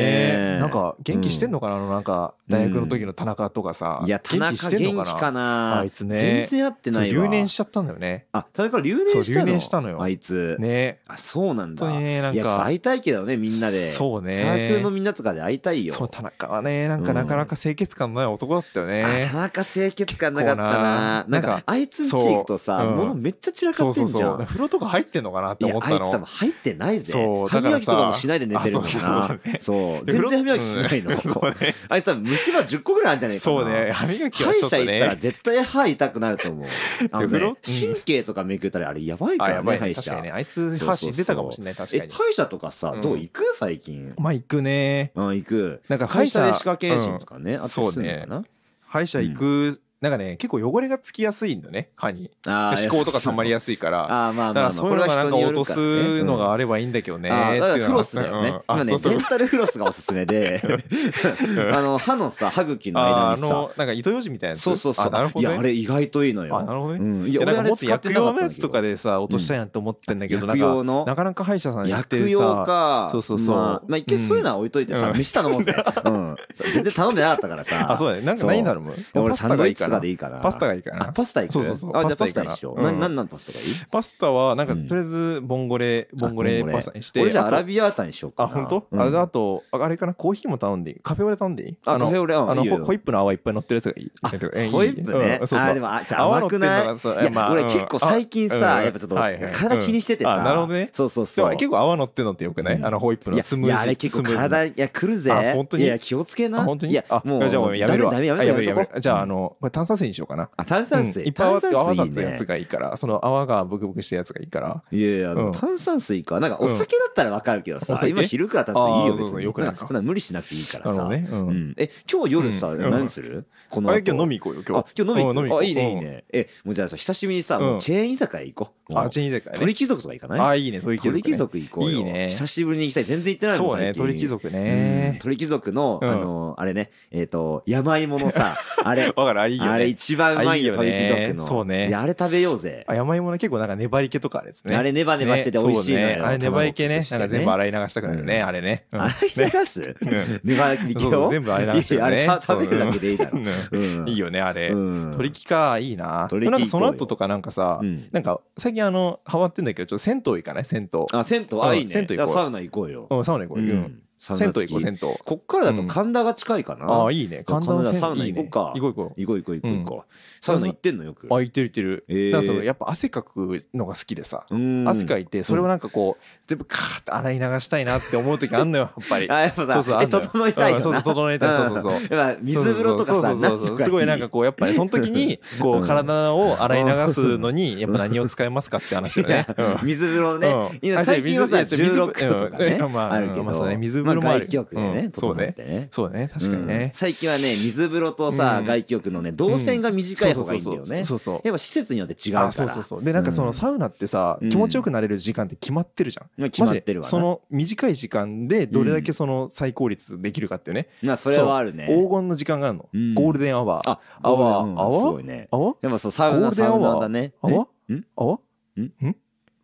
[SPEAKER 1] えなんか元気してんのかなあのなんか大学の時の田中とかさ
[SPEAKER 2] いや田中元気かな
[SPEAKER 1] あいつね
[SPEAKER 2] 全然やって
[SPEAKER 1] そう
[SPEAKER 2] ないわ
[SPEAKER 1] 留年しちゃったんだよね
[SPEAKER 2] あ田中留年したの
[SPEAKER 1] そう留年したのよ
[SPEAKER 2] あいつ、
[SPEAKER 1] ね
[SPEAKER 2] あそうなんだ
[SPEAKER 1] 本当にねなんか
[SPEAKER 2] いやちょっと会いたいけどねみんなで
[SPEAKER 1] そうね
[SPEAKER 2] サークルのみんなとかで会いたいよ
[SPEAKER 1] そう田中はねなんかなかなか清潔感のない男だったよね、
[SPEAKER 2] あ田中清潔感なかったな
[SPEAKER 1] 結構な
[SPEAKER 2] なん
[SPEAKER 1] なんか
[SPEAKER 2] かあいつんち行くとさ、
[SPEAKER 1] そううん
[SPEAKER 2] 物めっちゃ散らか
[SPEAKER 1] そ
[SPEAKER 2] っ
[SPEAKER 1] う
[SPEAKER 2] て
[SPEAKER 1] そ
[SPEAKER 2] ん
[SPEAKER 1] う
[SPEAKER 2] じゃ
[SPEAKER 1] そ
[SPEAKER 2] ん
[SPEAKER 1] う風呂とか入ってんのかなって
[SPEAKER 2] いや
[SPEAKER 1] 思っ
[SPEAKER 2] あ
[SPEAKER 1] た
[SPEAKER 2] いつ多
[SPEAKER 1] の
[SPEAKER 2] 分入ってないぜ
[SPEAKER 1] そうだ
[SPEAKER 2] 歯
[SPEAKER 1] から
[SPEAKER 2] 磨きとか
[SPEAKER 1] さ
[SPEAKER 2] もしないで寝てるもん
[SPEAKER 1] あそ
[SPEAKER 2] な
[SPEAKER 1] うそうね
[SPEAKER 2] そう
[SPEAKER 1] で風
[SPEAKER 2] 全
[SPEAKER 1] 呂
[SPEAKER 2] 然歯磨きしないの、
[SPEAKER 1] うんそうね
[SPEAKER 2] あいつ多分虫歯10個ぐらいあるんじゃないかな
[SPEAKER 1] そうね歯磨き
[SPEAKER 2] 歯
[SPEAKER 1] は
[SPEAKER 2] 医
[SPEAKER 1] ちょっ
[SPEAKER 2] 者
[SPEAKER 1] と
[SPEAKER 2] 行ったら
[SPEAKER 1] ね
[SPEAKER 2] 絶対歯痛くなる と思う。あ
[SPEAKER 1] で
[SPEAKER 2] のね
[SPEAKER 1] 風呂うん
[SPEAKER 2] 神経とかめくったりあれやばいか
[SPEAKER 1] あ
[SPEAKER 2] ら
[SPEAKER 1] やば
[SPEAKER 2] ね、
[SPEAKER 1] い
[SPEAKER 2] 歯
[SPEAKER 1] ね
[SPEAKER 2] 医
[SPEAKER 1] 確か
[SPEAKER 2] 者
[SPEAKER 1] に。ねあいつ歯死んでたかもしれない確
[SPEAKER 2] え、
[SPEAKER 1] かに
[SPEAKER 2] 歯医者とかさ
[SPEAKER 1] う、ん
[SPEAKER 2] どう行く最近。
[SPEAKER 1] まあ行くね
[SPEAKER 2] うん、行く。
[SPEAKER 1] なんか歯
[SPEAKER 2] 会
[SPEAKER 1] 医者
[SPEAKER 2] 社で歯科検診とかね、
[SPEAKER 1] うん
[SPEAKER 2] あったりするのかな
[SPEAKER 1] 歯医者行くなんかね、結構汚れがつきやすいんだよね、蚊に。
[SPEAKER 2] あ
[SPEAKER 1] 思考とか溜まり
[SPEAKER 2] や
[SPEAKER 1] やすいから。
[SPEAKER 2] あーまあ
[SPEAKER 1] だ
[SPEAKER 2] ま
[SPEAKER 1] か
[SPEAKER 2] あま
[SPEAKER 1] らそういう
[SPEAKER 2] あ
[SPEAKER 1] のがなんか落とすの
[SPEAKER 2] あ
[SPEAKER 1] があればいいんだけどね。
[SPEAKER 2] あーだ
[SPEAKER 1] っ
[SPEAKER 2] か
[SPEAKER 1] ていう
[SPEAKER 2] ら
[SPEAKER 1] の
[SPEAKER 2] フ
[SPEAKER 1] は
[SPEAKER 2] ロスだよね
[SPEAKER 1] うん。
[SPEAKER 2] 今
[SPEAKER 1] あ、そ
[SPEAKER 2] ね、
[SPEAKER 1] うそう
[SPEAKER 2] デン。タルフロスがおすすめで、
[SPEAKER 1] うん
[SPEAKER 2] あの、歯のさ、歯茎の
[SPEAKER 1] あ
[SPEAKER 2] 間
[SPEAKER 1] あ
[SPEAKER 2] にさ、
[SPEAKER 1] の、なんか糸ようじみたいなやつ。
[SPEAKER 2] そうそうそう。
[SPEAKER 1] あなるほ
[SPEAKER 2] い
[SPEAKER 1] ど
[SPEAKER 2] や、あ
[SPEAKER 1] ね。
[SPEAKER 2] れ意外といいのよ。
[SPEAKER 1] あ、なるほどね。
[SPEAKER 2] うん。い
[SPEAKER 1] いや、なんかもっと
[SPEAKER 2] 使って
[SPEAKER 1] 薬
[SPEAKER 2] なか
[SPEAKER 1] 用
[SPEAKER 2] ったん
[SPEAKER 1] の
[SPEAKER 2] だ
[SPEAKER 1] や
[SPEAKER 2] けど
[SPEAKER 1] つとかでさ、落としたいなって思ってんだけど、なん
[SPEAKER 2] 薬用
[SPEAKER 1] か、
[SPEAKER 2] の
[SPEAKER 1] なかなか歯医者さん行っ
[SPEAKER 2] 薬
[SPEAKER 1] て
[SPEAKER 2] 用
[SPEAKER 1] さ、
[SPEAKER 2] か。
[SPEAKER 1] そうそうそう
[SPEAKER 2] まあ、まあ、一見そういうのは置いといてさ、
[SPEAKER 1] うん
[SPEAKER 2] 飯頼もうぜ。うん。全然頼んでなかったからさ。
[SPEAKER 1] あ、そうだね。なんか
[SPEAKER 2] そう
[SPEAKER 1] ないんだろうもん。
[SPEAKER 2] 俺
[SPEAKER 1] パス
[SPEAKER 2] サン
[SPEAKER 1] タ
[SPEAKER 2] ド
[SPEAKER 1] が
[SPEAKER 2] イ
[SPEAKER 1] い
[SPEAKER 2] ッ
[SPEAKER 1] い
[SPEAKER 2] チ
[SPEAKER 1] か
[SPEAKER 2] と
[SPEAKER 1] な
[SPEAKER 2] かでいいかな。
[SPEAKER 1] パスタがいいか
[SPEAKER 2] あ、
[SPEAKER 1] な。
[SPEAKER 2] パスタ行く
[SPEAKER 1] そうそうそう
[SPEAKER 2] あ、じゃあパ
[SPEAKER 1] パ
[SPEAKER 2] ス
[SPEAKER 1] スタ
[SPEAKER 2] タに
[SPEAKER 1] 行く
[SPEAKER 2] しよう。
[SPEAKER 1] かな
[SPEAKER 2] な、
[SPEAKER 1] うん
[SPEAKER 2] なん、なんパスタがいい
[SPEAKER 1] パスタは、なんか、
[SPEAKER 2] うん
[SPEAKER 1] とりあえず、ボンゴレ、ボンゴレ
[SPEAKER 2] ボンゴレ
[SPEAKER 1] パスタにして。
[SPEAKER 2] 俺じゃあア
[SPEAKER 1] あと
[SPEAKER 2] ラビアータにしようか
[SPEAKER 1] あ、
[SPEAKER 2] な。
[SPEAKER 1] 本当？
[SPEAKER 2] うん
[SPEAKER 1] あれあと、ああれかな、コーヒーも頼んでいいカフェオレ頼んでいい
[SPEAKER 2] あ、
[SPEAKER 1] の
[SPEAKER 2] カフェオレ、
[SPEAKER 1] あ
[SPEAKER 2] あ
[SPEAKER 1] の
[SPEAKER 2] の、
[SPEAKER 1] ホホイップの泡いっぱい乗ってるやつがいい。
[SPEAKER 2] あ
[SPEAKER 1] えいい
[SPEAKER 2] ホイップね。
[SPEAKER 1] う
[SPEAKER 2] あ
[SPEAKER 1] んそうそ
[SPEAKER 2] ー、
[SPEAKER 1] う
[SPEAKER 2] で。も、あ、じゃあ
[SPEAKER 1] 泡
[SPEAKER 2] 甘
[SPEAKER 1] 乗って
[SPEAKER 2] く
[SPEAKER 1] んの
[SPEAKER 2] ない
[SPEAKER 1] がさ
[SPEAKER 2] いや、
[SPEAKER 1] まあ
[SPEAKER 2] 俺
[SPEAKER 1] うん
[SPEAKER 2] 結構最近さ、
[SPEAKER 1] うん
[SPEAKER 2] やっぱちょっと
[SPEAKER 1] はいはい
[SPEAKER 2] 体気にしててさ、
[SPEAKER 1] うんあなるほどね
[SPEAKER 2] そうそう
[SPEAKER 1] で
[SPEAKER 2] そう
[SPEAKER 1] も。結構泡乗ってんのってよくない、
[SPEAKER 2] うん
[SPEAKER 1] あのホイップ
[SPEAKER 2] い
[SPEAKER 1] の
[SPEAKER 2] や
[SPEAKER 1] スムージー。
[SPEAKER 2] いやあれ結構
[SPEAKER 1] スムージー
[SPEAKER 2] 体いや来るぜ
[SPEAKER 1] あ本当に
[SPEAKER 2] いや気をつけな
[SPEAKER 1] あ本当に
[SPEAKER 2] いや
[SPEAKER 1] あ
[SPEAKER 2] もう
[SPEAKER 1] じゃあもうやめるわ。
[SPEAKER 2] ダメダメ
[SPEAKER 1] あ
[SPEAKER 2] や
[SPEAKER 1] や
[SPEAKER 2] め
[SPEAKER 1] め
[SPEAKER 2] る
[SPEAKER 1] るや
[SPEAKER 2] やめ
[SPEAKER 1] め
[SPEAKER 2] る
[SPEAKER 1] る。じゃあ、あの、これ炭酸水にしようかな。
[SPEAKER 2] あ炭酸水
[SPEAKER 1] うんいっぱい泡
[SPEAKER 2] 炭酸水
[SPEAKER 1] 泡
[SPEAKER 2] いい
[SPEAKER 1] 立つ
[SPEAKER 2] ね
[SPEAKER 1] やつがいいから、その泡がブクブクしたやつがいいから。
[SPEAKER 2] いやいや、でも
[SPEAKER 1] うん
[SPEAKER 2] 炭酸水か。なんかお酒だったらわかるけどさ
[SPEAKER 1] お、酒
[SPEAKER 2] 今昼から炭酸水いいよ、
[SPEAKER 1] あー
[SPEAKER 2] 別
[SPEAKER 1] そうそう
[SPEAKER 2] に。
[SPEAKER 1] よく
[SPEAKER 2] な
[SPEAKER 1] なんい
[SPEAKER 2] か
[SPEAKER 1] か
[SPEAKER 2] そんな無理しなくていいから
[SPEAKER 1] なる
[SPEAKER 2] さ。
[SPEAKER 1] ほどね。う。
[SPEAKER 2] うんん。え、今日夜さ、
[SPEAKER 1] うん
[SPEAKER 2] 何するこの
[SPEAKER 1] あ
[SPEAKER 2] 後
[SPEAKER 1] れ今日飲み行こうよ、今
[SPEAKER 2] あ
[SPEAKER 1] 日。、
[SPEAKER 2] 今日飲み行
[SPEAKER 1] うん
[SPEAKER 2] こう。あ、
[SPEAKER 1] 飲み行こう
[SPEAKER 2] いいね、いいね。え、もうじゃあさ、久しぶりにさ、もううんチェーン居酒屋行こう。も
[SPEAKER 1] あ、
[SPEAKER 2] う
[SPEAKER 1] チェーン居酒屋ね。
[SPEAKER 2] 鳥貴族とか行かない
[SPEAKER 1] あ、いいね、鳥貴族、
[SPEAKER 2] 鳥
[SPEAKER 1] ね。
[SPEAKER 2] 貴族行こうよ。
[SPEAKER 1] いいね
[SPEAKER 2] 久しぶりに行きたい。全然行ってないもん
[SPEAKER 1] そうね、
[SPEAKER 2] 最近
[SPEAKER 1] 鳥貴族
[SPEAKER 2] うん
[SPEAKER 1] ね。
[SPEAKER 2] 鳥貴族の、
[SPEAKER 1] うん
[SPEAKER 2] あの、あれね、えっと、山芋の さ、あれ、
[SPEAKER 1] わかる、あれいいよね。
[SPEAKER 2] あれ一番うまいよ、
[SPEAKER 1] あい
[SPEAKER 2] 鳥
[SPEAKER 1] いよね
[SPEAKER 2] 貴族の。
[SPEAKER 1] そうね
[SPEAKER 2] いや、あれ食べようぜ。
[SPEAKER 1] あ山芋ね結構なんか粘り気とかあれですね。
[SPEAKER 2] あれネバネバしてて美味しいのよ
[SPEAKER 1] ねそうね、あれ粘り気ね。なんか全部洗い流したくなるよね、
[SPEAKER 2] うん
[SPEAKER 1] あれね。うん
[SPEAKER 2] あれ流す
[SPEAKER 1] うん
[SPEAKER 2] 粘り気
[SPEAKER 1] そうそ
[SPEAKER 2] を
[SPEAKER 1] う全部洗い流して
[SPEAKER 2] いや
[SPEAKER 1] る
[SPEAKER 2] あ
[SPEAKER 1] ね。
[SPEAKER 2] れた食べるだけでいいだ
[SPEAKER 1] う
[SPEAKER 2] ろ
[SPEAKER 1] ん。
[SPEAKER 2] うん
[SPEAKER 1] いいよね、あれ。
[SPEAKER 2] うん
[SPEAKER 1] 鳥貴か、いいな。
[SPEAKER 2] 鳥貴
[SPEAKER 1] なんかその
[SPEAKER 2] 行こうよ
[SPEAKER 1] 後とかなんかさ
[SPEAKER 2] う、ん
[SPEAKER 1] なんか最近あの、ハマってんだけど、ちょっと銭湯行かない銭湯。
[SPEAKER 2] あ銭湯あ
[SPEAKER 1] うん
[SPEAKER 2] いいね
[SPEAKER 1] 銭湯行こう
[SPEAKER 2] だからサウナ行こうよ
[SPEAKER 1] うん、サウナ行こう
[SPEAKER 2] う
[SPEAKER 1] よ。うん
[SPEAKER 2] んサウ
[SPEAKER 1] 銭
[SPEAKER 2] ナ
[SPEAKER 1] 湯行
[SPEAKER 2] 付き
[SPEAKER 1] こう、銭湯。
[SPEAKER 2] こっからだ
[SPEAKER 1] う
[SPEAKER 2] と
[SPEAKER 1] ん
[SPEAKER 2] 神田が近いかな
[SPEAKER 1] ああ、
[SPEAKER 2] 行
[SPEAKER 1] いいね。
[SPEAKER 2] 神田
[SPEAKER 1] の銭湯
[SPEAKER 2] サウナ行こうか
[SPEAKER 1] いいね行こう行こ
[SPEAKER 2] こう行こう行こう行こうサウナ行ってんのよく
[SPEAKER 1] う。あ、行ってる行ってる。
[SPEAKER 2] ええ
[SPEAKER 1] だからそのやっぱ汗かくのが好きでさ。
[SPEAKER 2] うん
[SPEAKER 1] 汗かいて、それをなんかこう、全部カーッと洗い流したいなって思う時あんのよ、やっぱり。
[SPEAKER 2] あやっぱ
[SPEAKER 1] そうそう
[SPEAKER 2] さ
[SPEAKER 1] あ
[SPEAKER 2] え
[SPEAKER 1] んのよ
[SPEAKER 2] 整えたいよ
[SPEAKER 1] うん
[SPEAKER 2] な
[SPEAKER 1] そうそう整えたいそうそうそう
[SPEAKER 2] うんやっぱ水風呂とかさ
[SPEAKER 1] そうそうそうそう
[SPEAKER 2] か
[SPEAKER 1] すごいなんかこうやっぱりその時 にこ
[SPEAKER 2] うん
[SPEAKER 1] う体を洗い流すのにやっぱ何を使いますかって話
[SPEAKER 2] い
[SPEAKER 1] だ
[SPEAKER 2] や
[SPEAKER 1] ね。うん
[SPEAKER 2] 水風呂ね
[SPEAKER 1] うん。
[SPEAKER 2] 今
[SPEAKER 1] あ
[SPEAKER 2] 最近はさ、
[SPEAKER 1] 水いや水
[SPEAKER 2] 16とかね
[SPEAKER 1] う。んまあ
[SPEAKER 2] あるけど、
[SPEAKER 1] まあそうね水風呂もある
[SPEAKER 2] ま外気浴で
[SPEAKER 1] う
[SPEAKER 2] ね、
[SPEAKER 1] んそう
[SPEAKER 2] 整
[SPEAKER 1] ね
[SPEAKER 2] ってね。
[SPEAKER 1] そうだね確かに
[SPEAKER 2] うん
[SPEAKER 1] ね。
[SPEAKER 2] 最近はね、水風呂とさ、
[SPEAKER 1] うん
[SPEAKER 2] 外気浴のね、動線が短い方がいいんだよね。
[SPEAKER 1] そうそうそうそうそう。
[SPEAKER 2] やっぱ施設によって違うから。
[SPEAKER 1] あそうそうそうでなんかそのサウナってさ、
[SPEAKER 2] うん
[SPEAKER 1] 気持ちよくなれる時間って決まってるじゃん。
[SPEAKER 2] まあ決まってる
[SPEAKER 1] マジで
[SPEAKER 2] わな
[SPEAKER 1] その短い時間でどれだけその最高率できるかっていうね、
[SPEAKER 2] まあ、それはあるね。
[SPEAKER 1] 黄金の時間があるの、
[SPEAKER 2] うん
[SPEAKER 1] ゴールデンアワー
[SPEAKER 2] あ、泡、
[SPEAKER 1] 泡
[SPEAKER 2] うんすごいね。
[SPEAKER 1] 泡
[SPEAKER 2] でもそう、サウ
[SPEAKER 1] ゴ
[SPEAKER 2] ナ、
[SPEAKER 1] ールデン
[SPEAKER 2] サ
[SPEAKER 1] ア
[SPEAKER 2] ウ
[SPEAKER 1] ワー
[SPEAKER 2] ナだね。
[SPEAKER 1] 泡
[SPEAKER 2] えん
[SPEAKER 1] 泡ん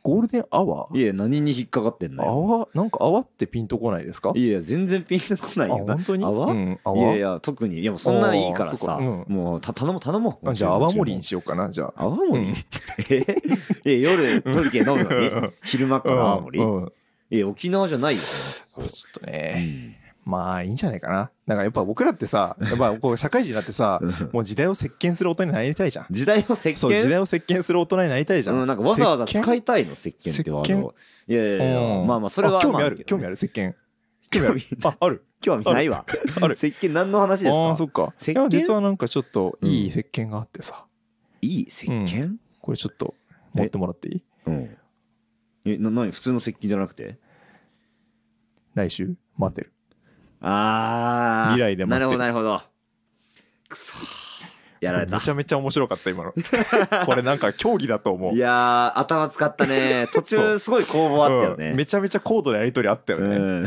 [SPEAKER 1] ゴールデンアワ
[SPEAKER 2] え
[SPEAKER 1] ー
[SPEAKER 2] いや、何に引っかかってんのよ。
[SPEAKER 1] 泡なんか泡ってピンとこないですか
[SPEAKER 2] いや、全然ピンとこない
[SPEAKER 1] あ
[SPEAKER 2] よな。
[SPEAKER 1] 本当に
[SPEAKER 2] 泡
[SPEAKER 1] うん、
[SPEAKER 2] いやい
[SPEAKER 1] 泡
[SPEAKER 2] や、特に。いや、もうそんなんいいから
[SPEAKER 1] あーそっか
[SPEAKER 2] さ
[SPEAKER 1] うん、
[SPEAKER 2] もう、た頼もう、頼もう。
[SPEAKER 1] あじゃあ泡盛に
[SPEAKER 2] し
[SPEAKER 1] しようかなじゃあ
[SPEAKER 2] 泡盛
[SPEAKER 1] うん
[SPEAKER 2] え え夜トルケ飲むの
[SPEAKER 1] う
[SPEAKER 2] に
[SPEAKER 1] ん
[SPEAKER 2] 昼間から青森、
[SPEAKER 1] うんうん
[SPEAKER 2] え沖縄じゃないよ、
[SPEAKER 1] ちょっと
[SPEAKER 2] う
[SPEAKER 1] ね、
[SPEAKER 2] ん
[SPEAKER 1] まあいいんじゃないかななんかやっぱ僕らってさやっぱこう社会人になってさもう時代を席巻する大人になりたいじゃん
[SPEAKER 2] 時代を石鹸
[SPEAKER 1] そう時代を席巻する大人になりたいじゃん、
[SPEAKER 2] うん、なんかわざわざ使
[SPEAKER 1] い
[SPEAKER 2] いたいの石鹸ってワードをいやいやいや、まあまあそれは
[SPEAKER 1] 興味
[SPEAKER 2] ま
[SPEAKER 1] ある興味ある
[SPEAKER 2] る
[SPEAKER 1] 石鹸興 味ある
[SPEAKER 2] 興味
[SPEAKER 1] あある
[SPEAKER 2] 興味ないわ
[SPEAKER 1] ある
[SPEAKER 2] 石鹸何の話です
[SPEAKER 1] ああー
[SPEAKER 2] か
[SPEAKER 1] そっか
[SPEAKER 2] 石鹸
[SPEAKER 1] いや実はなんかちょっといい石鹸があってさ、
[SPEAKER 2] いい石鹸、
[SPEAKER 1] これちょっと持ってもらっていい
[SPEAKER 2] うんえな何普通の石鹸じゃなくて
[SPEAKER 1] 来週待ってる
[SPEAKER 2] ああ
[SPEAKER 1] 未来で待ってる
[SPEAKER 2] なるほどなるほどくそやられた
[SPEAKER 1] めちゃめちゃ面白かった 今のこれなんか競技だと思う
[SPEAKER 2] いやー頭使っ たね途中すごい攻防あったよね、
[SPEAKER 1] うんめちゃめちゃ高度なやり取りあったよね、
[SPEAKER 2] うん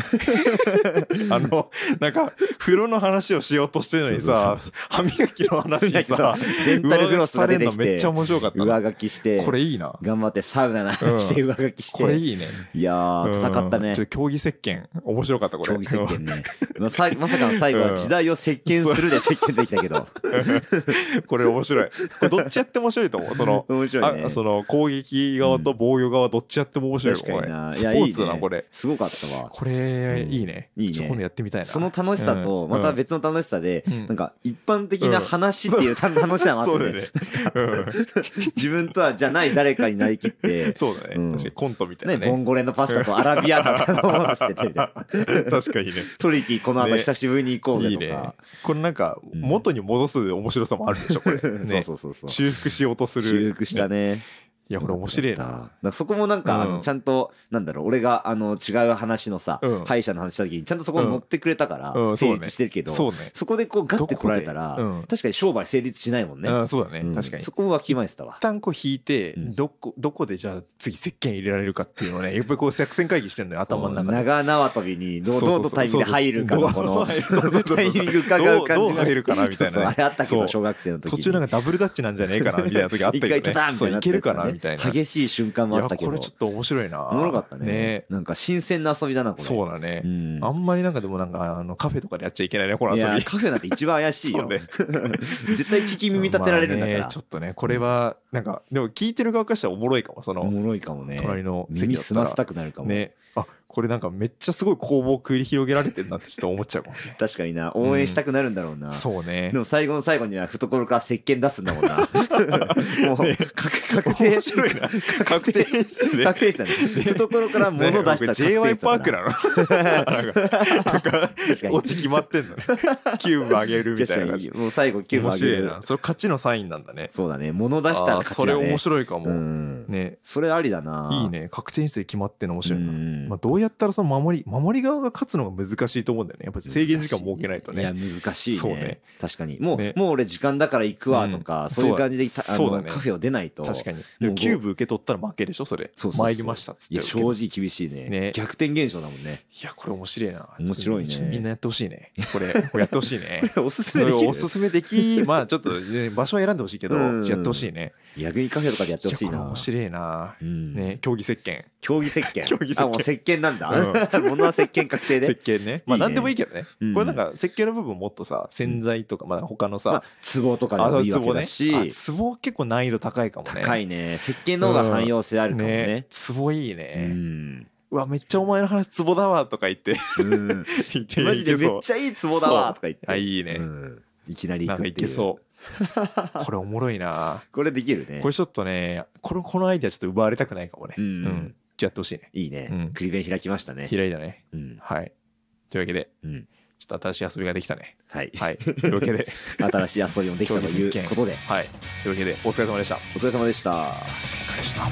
[SPEAKER 1] あのなんか風呂の話をしようとしてるのにさ歯磨きの話 にさ
[SPEAKER 2] デンタルグロスが出て
[SPEAKER 1] 上書きされるの
[SPEAKER 2] き
[SPEAKER 1] めっちゃ
[SPEAKER 2] て
[SPEAKER 1] 面白かったな
[SPEAKER 2] 上書きして
[SPEAKER 1] これいいな
[SPEAKER 2] 頑張ってサウナなして上書きし
[SPEAKER 1] これ
[SPEAKER 2] て
[SPEAKER 1] いいね
[SPEAKER 2] いやー戦った
[SPEAKER 1] う
[SPEAKER 2] ね
[SPEAKER 1] んちょっと競技石鹸面白かったこれ
[SPEAKER 2] 競技石鹸ねまあさまさかの最後
[SPEAKER 1] う
[SPEAKER 2] は
[SPEAKER 1] ん
[SPEAKER 2] 時代を石鹸するで石鹸できたけど
[SPEAKER 1] これ面白いこれどっちやっても面白いと 思うその
[SPEAKER 2] 面白いね
[SPEAKER 1] あその攻撃側と防御側どっちやっても面白いよ
[SPEAKER 2] 確
[SPEAKER 1] これ
[SPEAKER 2] かにない
[SPEAKER 1] ス
[SPEAKER 2] や
[SPEAKER 1] ポ
[SPEAKER 2] い
[SPEAKER 1] ー
[SPEAKER 2] い
[SPEAKER 1] ツだな
[SPEAKER 2] ね
[SPEAKER 1] これ
[SPEAKER 2] すごかったわ
[SPEAKER 1] これいいね
[SPEAKER 2] うんいいね
[SPEAKER 1] ちょっと今度やってみたいな
[SPEAKER 2] その楽しさと
[SPEAKER 1] うん
[SPEAKER 2] また別の楽しさで
[SPEAKER 1] うん
[SPEAKER 2] なんか一般的な話っていうた楽しさもあ
[SPEAKER 1] そ
[SPEAKER 2] っ
[SPEAKER 1] うだ
[SPEAKER 2] て
[SPEAKER 1] よ
[SPEAKER 2] ね
[SPEAKER 1] ねうん
[SPEAKER 2] 自分とはじゃない誰かになりきっ て
[SPEAKER 1] そうだね
[SPEAKER 2] うん
[SPEAKER 1] 確かにコントみた
[SPEAKER 2] ね
[SPEAKER 1] いな
[SPEAKER 2] ボ
[SPEAKER 1] ね
[SPEAKER 2] ンゴレのパスタとアラビアータ頼もうとしててみたいな
[SPEAKER 1] 確かにね
[SPEAKER 2] トリキーこの後
[SPEAKER 1] ね
[SPEAKER 2] 久しぶりに行こう
[SPEAKER 1] い
[SPEAKER 2] ぜ
[SPEAKER 1] い
[SPEAKER 2] と
[SPEAKER 1] ね
[SPEAKER 2] か
[SPEAKER 1] これなんか
[SPEAKER 2] うん
[SPEAKER 1] 元に戻す面白さもあるでしょこれ
[SPEAKER 2] そう
[SPEAKER 1] ね
[SPEAKER 2] そうそうそう
[SPEAKER 1] 修復しようとする
[SPEAKER 2] 修復したね。
[SPEAKER 1] いや、これ面白いな。
[SPEAKER 2] な。そこもなんか、あ
[SPEAKER 1] う
[SPEAKER 2] の
[SPEAKER 1] ん
[SPEAKER 2] ちゃんと、なんだろう、俺があの違う話のさ、
[SPEAKER 1] うん
[SPEAKER 2] 歯医者の話した時に、ちゃんとそこに乗ってくれたから
[SPEAKER 1] うんう、んそうね
[SPEAKER 2] 成立してるけど、
[SPEAKER 1] そうね。
[SPEAKER 2] そこでこう、ガッて
[SPEAKER 1] ど
[SPEAKER 2] 来
[SPEAKER 1] こで
[SPEAKER 2] られたら、
[SPEAKER 1] うん
[SPEAKER 2] 確かに商売成立しないもんね。
[SPEAKER 1] あーそうだね、
[SPEAKER 2] うん
[SPEAKER 1] 確かに。
[SPEAKER 2] そこはきましたわ
[SPEAKER 1] 一。旦こう引いて、
[SPEAKER 2] うん
[SPEAKER 1] どこ、どこでじゃあ次石鹸入れられるかっていうの をね、やっぱりこう作戦会議してんのよ、頭の中で。
[SPEAKER 2] 長縄跳びにどう
[SPEAKER 1] そう
[SPEAKER 2] ど
[SPEAKER 1] そうう
[SPEAKER 2] ど
[SPEAKER 1] そう
[SPEAKER 2] うタイミングで入るか
[SPEAKER 1] ど
[SPEAKER 2] の
[SPEAKER 1] う
[SPEAKER 2] この
[SPEAKER 1] 入るそうそうそうそう
[SPEAKER 2] タイミング伺う感
[SPEAKER 1] ど
[SPEAKER 2] じ
[SPEAKER 1] うどう入るかなみたいなね
[SPEAKER 2] そうそうあれあったけ
[SPEAKER 1] そ
[SPEAKER 2] ど
[SPEAKER 1] う
[SPEAKER 2] 小学生の時
[SPEAKER 1] 途
[SPEAKER 2] に
[SPEAKER 1] 中なんかダブルダッチなんじゃねえかなみたいな時あった
[SPEAKER 2] 一
[SPEAKER 1] よね。
[SPEAKER 2] 回タタンって
[SPEAKER 1] そう、
[SPEAKER 2] ないって
[SPEAKER 1] ける
[SPEAKER 2] やつ
[SPEAKER 1] か
[SPEAKER 2] ね
[SPEAKER 1] なみたいな。
[SPEAKER 2] 激しい瞬間
[SPEAKER 1] い
[SPEAKER 2] もあ
[SPEAKER 1] や、
[SPEAKER 2] ったけ
[SPEAKER 1] こ
[SPEAKER 2] ど
[SPEAKER 1] れちょっと面白いな。
[SPEAKER 2] おもろかったねなんか新鮮な遊びだなこれ
[SPEAKER 1] そうだね
[SPEAKER 2] う。ん
[SPEAKER 1] あんまりなんかでもなんか、あの、カフェとかでやっちゃいけないね、この
[SPEAKER 2] い
[SPEAKER 1] 遊
[SPEAKER 2] や
[SPEAKER 1] び。
[SPEAKER 2] カフェなんて一番怪し い
[SPEAKER 1] そう
[SPEAKER 2] よ
[SPEAKER 1] ね
[SPEAKER 2] 絶対聞き耳立てられるんだか
[SPEAKER 1] まあ
[SPEAKER 2] ら
[SPEAKER 1] ねちょっとね、これは、なんか、でも聞いてる側からしたらおもろいかも、そ
[SPEAKER 2] お
[SPEAKER 1] の、
[SPEAKER 2] もろいかもね
[SPEAKER 1] 隣の席
[SPEAKER 2] 耳
[SPEAKER 1] だっ
[SPEAKER 2] す
[SPEAKER 1] た
[SPEAKER 2] ま
[SPEAKER 1] ら
[SPEAKER 2] せたくなるかも
[SPEAKER 1] ね。あ、これなんかめっちゃすごい攻防繰り広げられてるなってちょっと思っちゃう かもね
[SPEAKER 2] 確かにな応援したくなるんだろうな
[SPEAKER 1] そうね
[SPEAKER 2] で。も最後の最後には懐から石鹸出すんだもん なもう確確定
[SPEAKER 1] 面白いな。確定ですね。
[SPEAKER 2] 確定したね。懐から物出した確定
[SPEAKER 1] j y パーク
[SPEAKER 2] だ
[SPEAKER 1] なのなんか、なんか
[SPEAKER 2] 確かに
[SPEAKER 1] オチ決まってんのね。キューブあげるみたいな
[SPEAKER 2] 確か
[SPEAKER 1] 感
[SPEAKER 2] に
[SPEAKER 1] じ。
[SPEAKER 2] もう最後キューブ
[SPEAKER 1] 面
[SPEAKER 2] あげ
[SPEAKER 1] 白い
[SPEAKER 2] る
[SPEAKER 1] な。それ勝ちのサインなんだね。
[SPEAKER 2] そうだね物出したら
[SPEAKER 1] あー
[SPEAKER 2] 勝ち
[SPEAKER 1] そ
[SPEAKER 2] だ
[SPEAKER 1] れ
[SPEAKER 2] ね
[SPEAKER 1] 面白いかも。
[SPEAKER 2] うん
[SPEAKER 1] ね。
[SPEAKER 2] それありだない
[SPEAKER 1] い
[SPEAKER 2] い
[SPEAKER 1] ね。確定演出で決まってんの面白いな。ま
[SPEAKER 2] ま
[SPEAKER 1] あ、どうやったらその守り守り側が勝つのが難しいと思うんだよねやっぱ制限時間設けないと
[SPEAKER 2] いや
[SPEAKER 1] ね
[SPEAKER 2] 難しい
[SPEAKER 1] そう
[SPEAKER 2] ね
[SPEAKER 1] ね
[SPEAKER 2] 確かにもう
[SPEAKER 1] ね
[SPEAKER 2] もう俺時間だから行くわとか
[SPEAKER 1] うん
[SPEAKER 2] そういう感じでたあ
[SPEAKER 1] そうだ
[SPEAKER 2] の
[SPEAKER 1] ね
[SPEAKER 2] カフェを出ないと
[SPEAKER 1] 確かに
[SPEAKER 2] う
[SPEAKER 1] でもキューブ受け取ったら負けでしょそれ
[SPEAKER 2] そうそうそう
[SPEAKER 1] 参りましたっつって
[SPEAKER 2] いや正直厳しいね
[SPEAKER 1] ね
[SPEAKER 2] 逆転現象だもんね
[SPEAKER 1] いやこれ面白いな
[SPEAKER 2] 面白いね
[SPEAKER 1] ちょっとみんなやってほしい ねこれこれやってほしいね
[SPEAKER 2] おすすめでき る
[SPEAKER 1] おすすめできまあちょっとね場所は選んでほしいけど
[SPEAKER 2] うん
[SPEAKER 1] やってほしいね
[SPEAKER 2] 逆にカフェとかでやってほしい
[SPEAKER 1] やこ
[SPEAKER 2] な
[SPEAKER 1] れ面白いな
[SPEAKER 2] うん
[SPEAKER 1] ね競技石鹸
[SPEAKER 2] 競技石鹸
[SPEAKER 1] 競技石鹸
[SPEAKER 2] あもう石鹸なんだ、
[SPEAKER 1] う
[SPEAKER 2] 物は石鹸確定
[SPEAKER 1] 石
[SPEAKER 2] で、
[SPEAKER 1] 鹸ねまあ
[SPEAKER 2] いいね
[SPEAKER 1] 何でもいいけどね
[SPEAKER 2] うん
[SPEAKER 1] これなんか石鹸の部分もっとさ洗剤とかまあ他の
[SPEAKER 2] ま
[SPEAKER 1] さ
[SPEAKER 2] あ、壺とか
[SPEAKER 1] あ
[SPEAKER 2] でも
[SPEAKER 1] の
[SPEAKER 2] いいわ
[SPEAKER 1] 壺
[SPEAKER 2] け
[SPEAKER 1] ね
[SPEAKER 2] だし、
[SPEAKER 1] あ壺結構難易度高いかもね
[SPEAKER 2] 高いね石鹸の方が汎用性あるかもね
[SPEAKER 1] ツボいいうね、
[SPEAKER 2] ん、
[SPEAKER 1] うわめっちゃお前の話ツボだわとか言って
[SPEAKER 2] うん、
[SPEAKER 1] 言って
[SPEAKER 2] マジでめっ
[SPEAKER 1] ゃ
[SPEAKER 2] ちゃいい壺だわとか言って
[SPEAKER 1] あいいね、
[SPEAKER 2] うんいきなり
[SPEAKER 1] な
[SPEAKER 2] 行
[SPEAKER 1] ん
[SPEAKER 2] く
[SPEAKER 1] か
[SPEAKER 2] っ
[SPEAKER 1] い
[SPEAKER 2] てい
[SPEAKER 1] け
[SPEAKER 2] う
[SPEAKER 1] そうこれおもろいな
[SPEAKER 2] これできる ね
[SPEAKER 1] これちょっとねこのこのアイデアちょっと奪われたくないかもね
[SPEAKER 2] うん
[SPEAKER 1] じゃあやってほしいね
[SPEAKER 2] いいね、
[SPEAKER 1] うん
[SPEAKER 2] クリベン開きましたね
[SPEAKER 1] 開いたね
[SPEAKER 2] うん
[SPEAKER 1] はいというわけで
[SPEAKER 2] うん
[SPEAKER 1] ちょっと新しい遊びができたね
[SPEAKER 2] はい、
[SPEAKER 1] はいというわけで
[SPEAKER 2] 新しい遊びもできたというこ とで
[SPEAKER 1] はいというわけでお疲れ様でした
[SPEAKER 2] お疲れ様でした
[SPEAKER 1] お疲れでした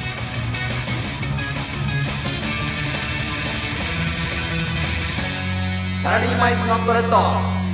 [SPEAKER 2] サラリーマイズノットレッド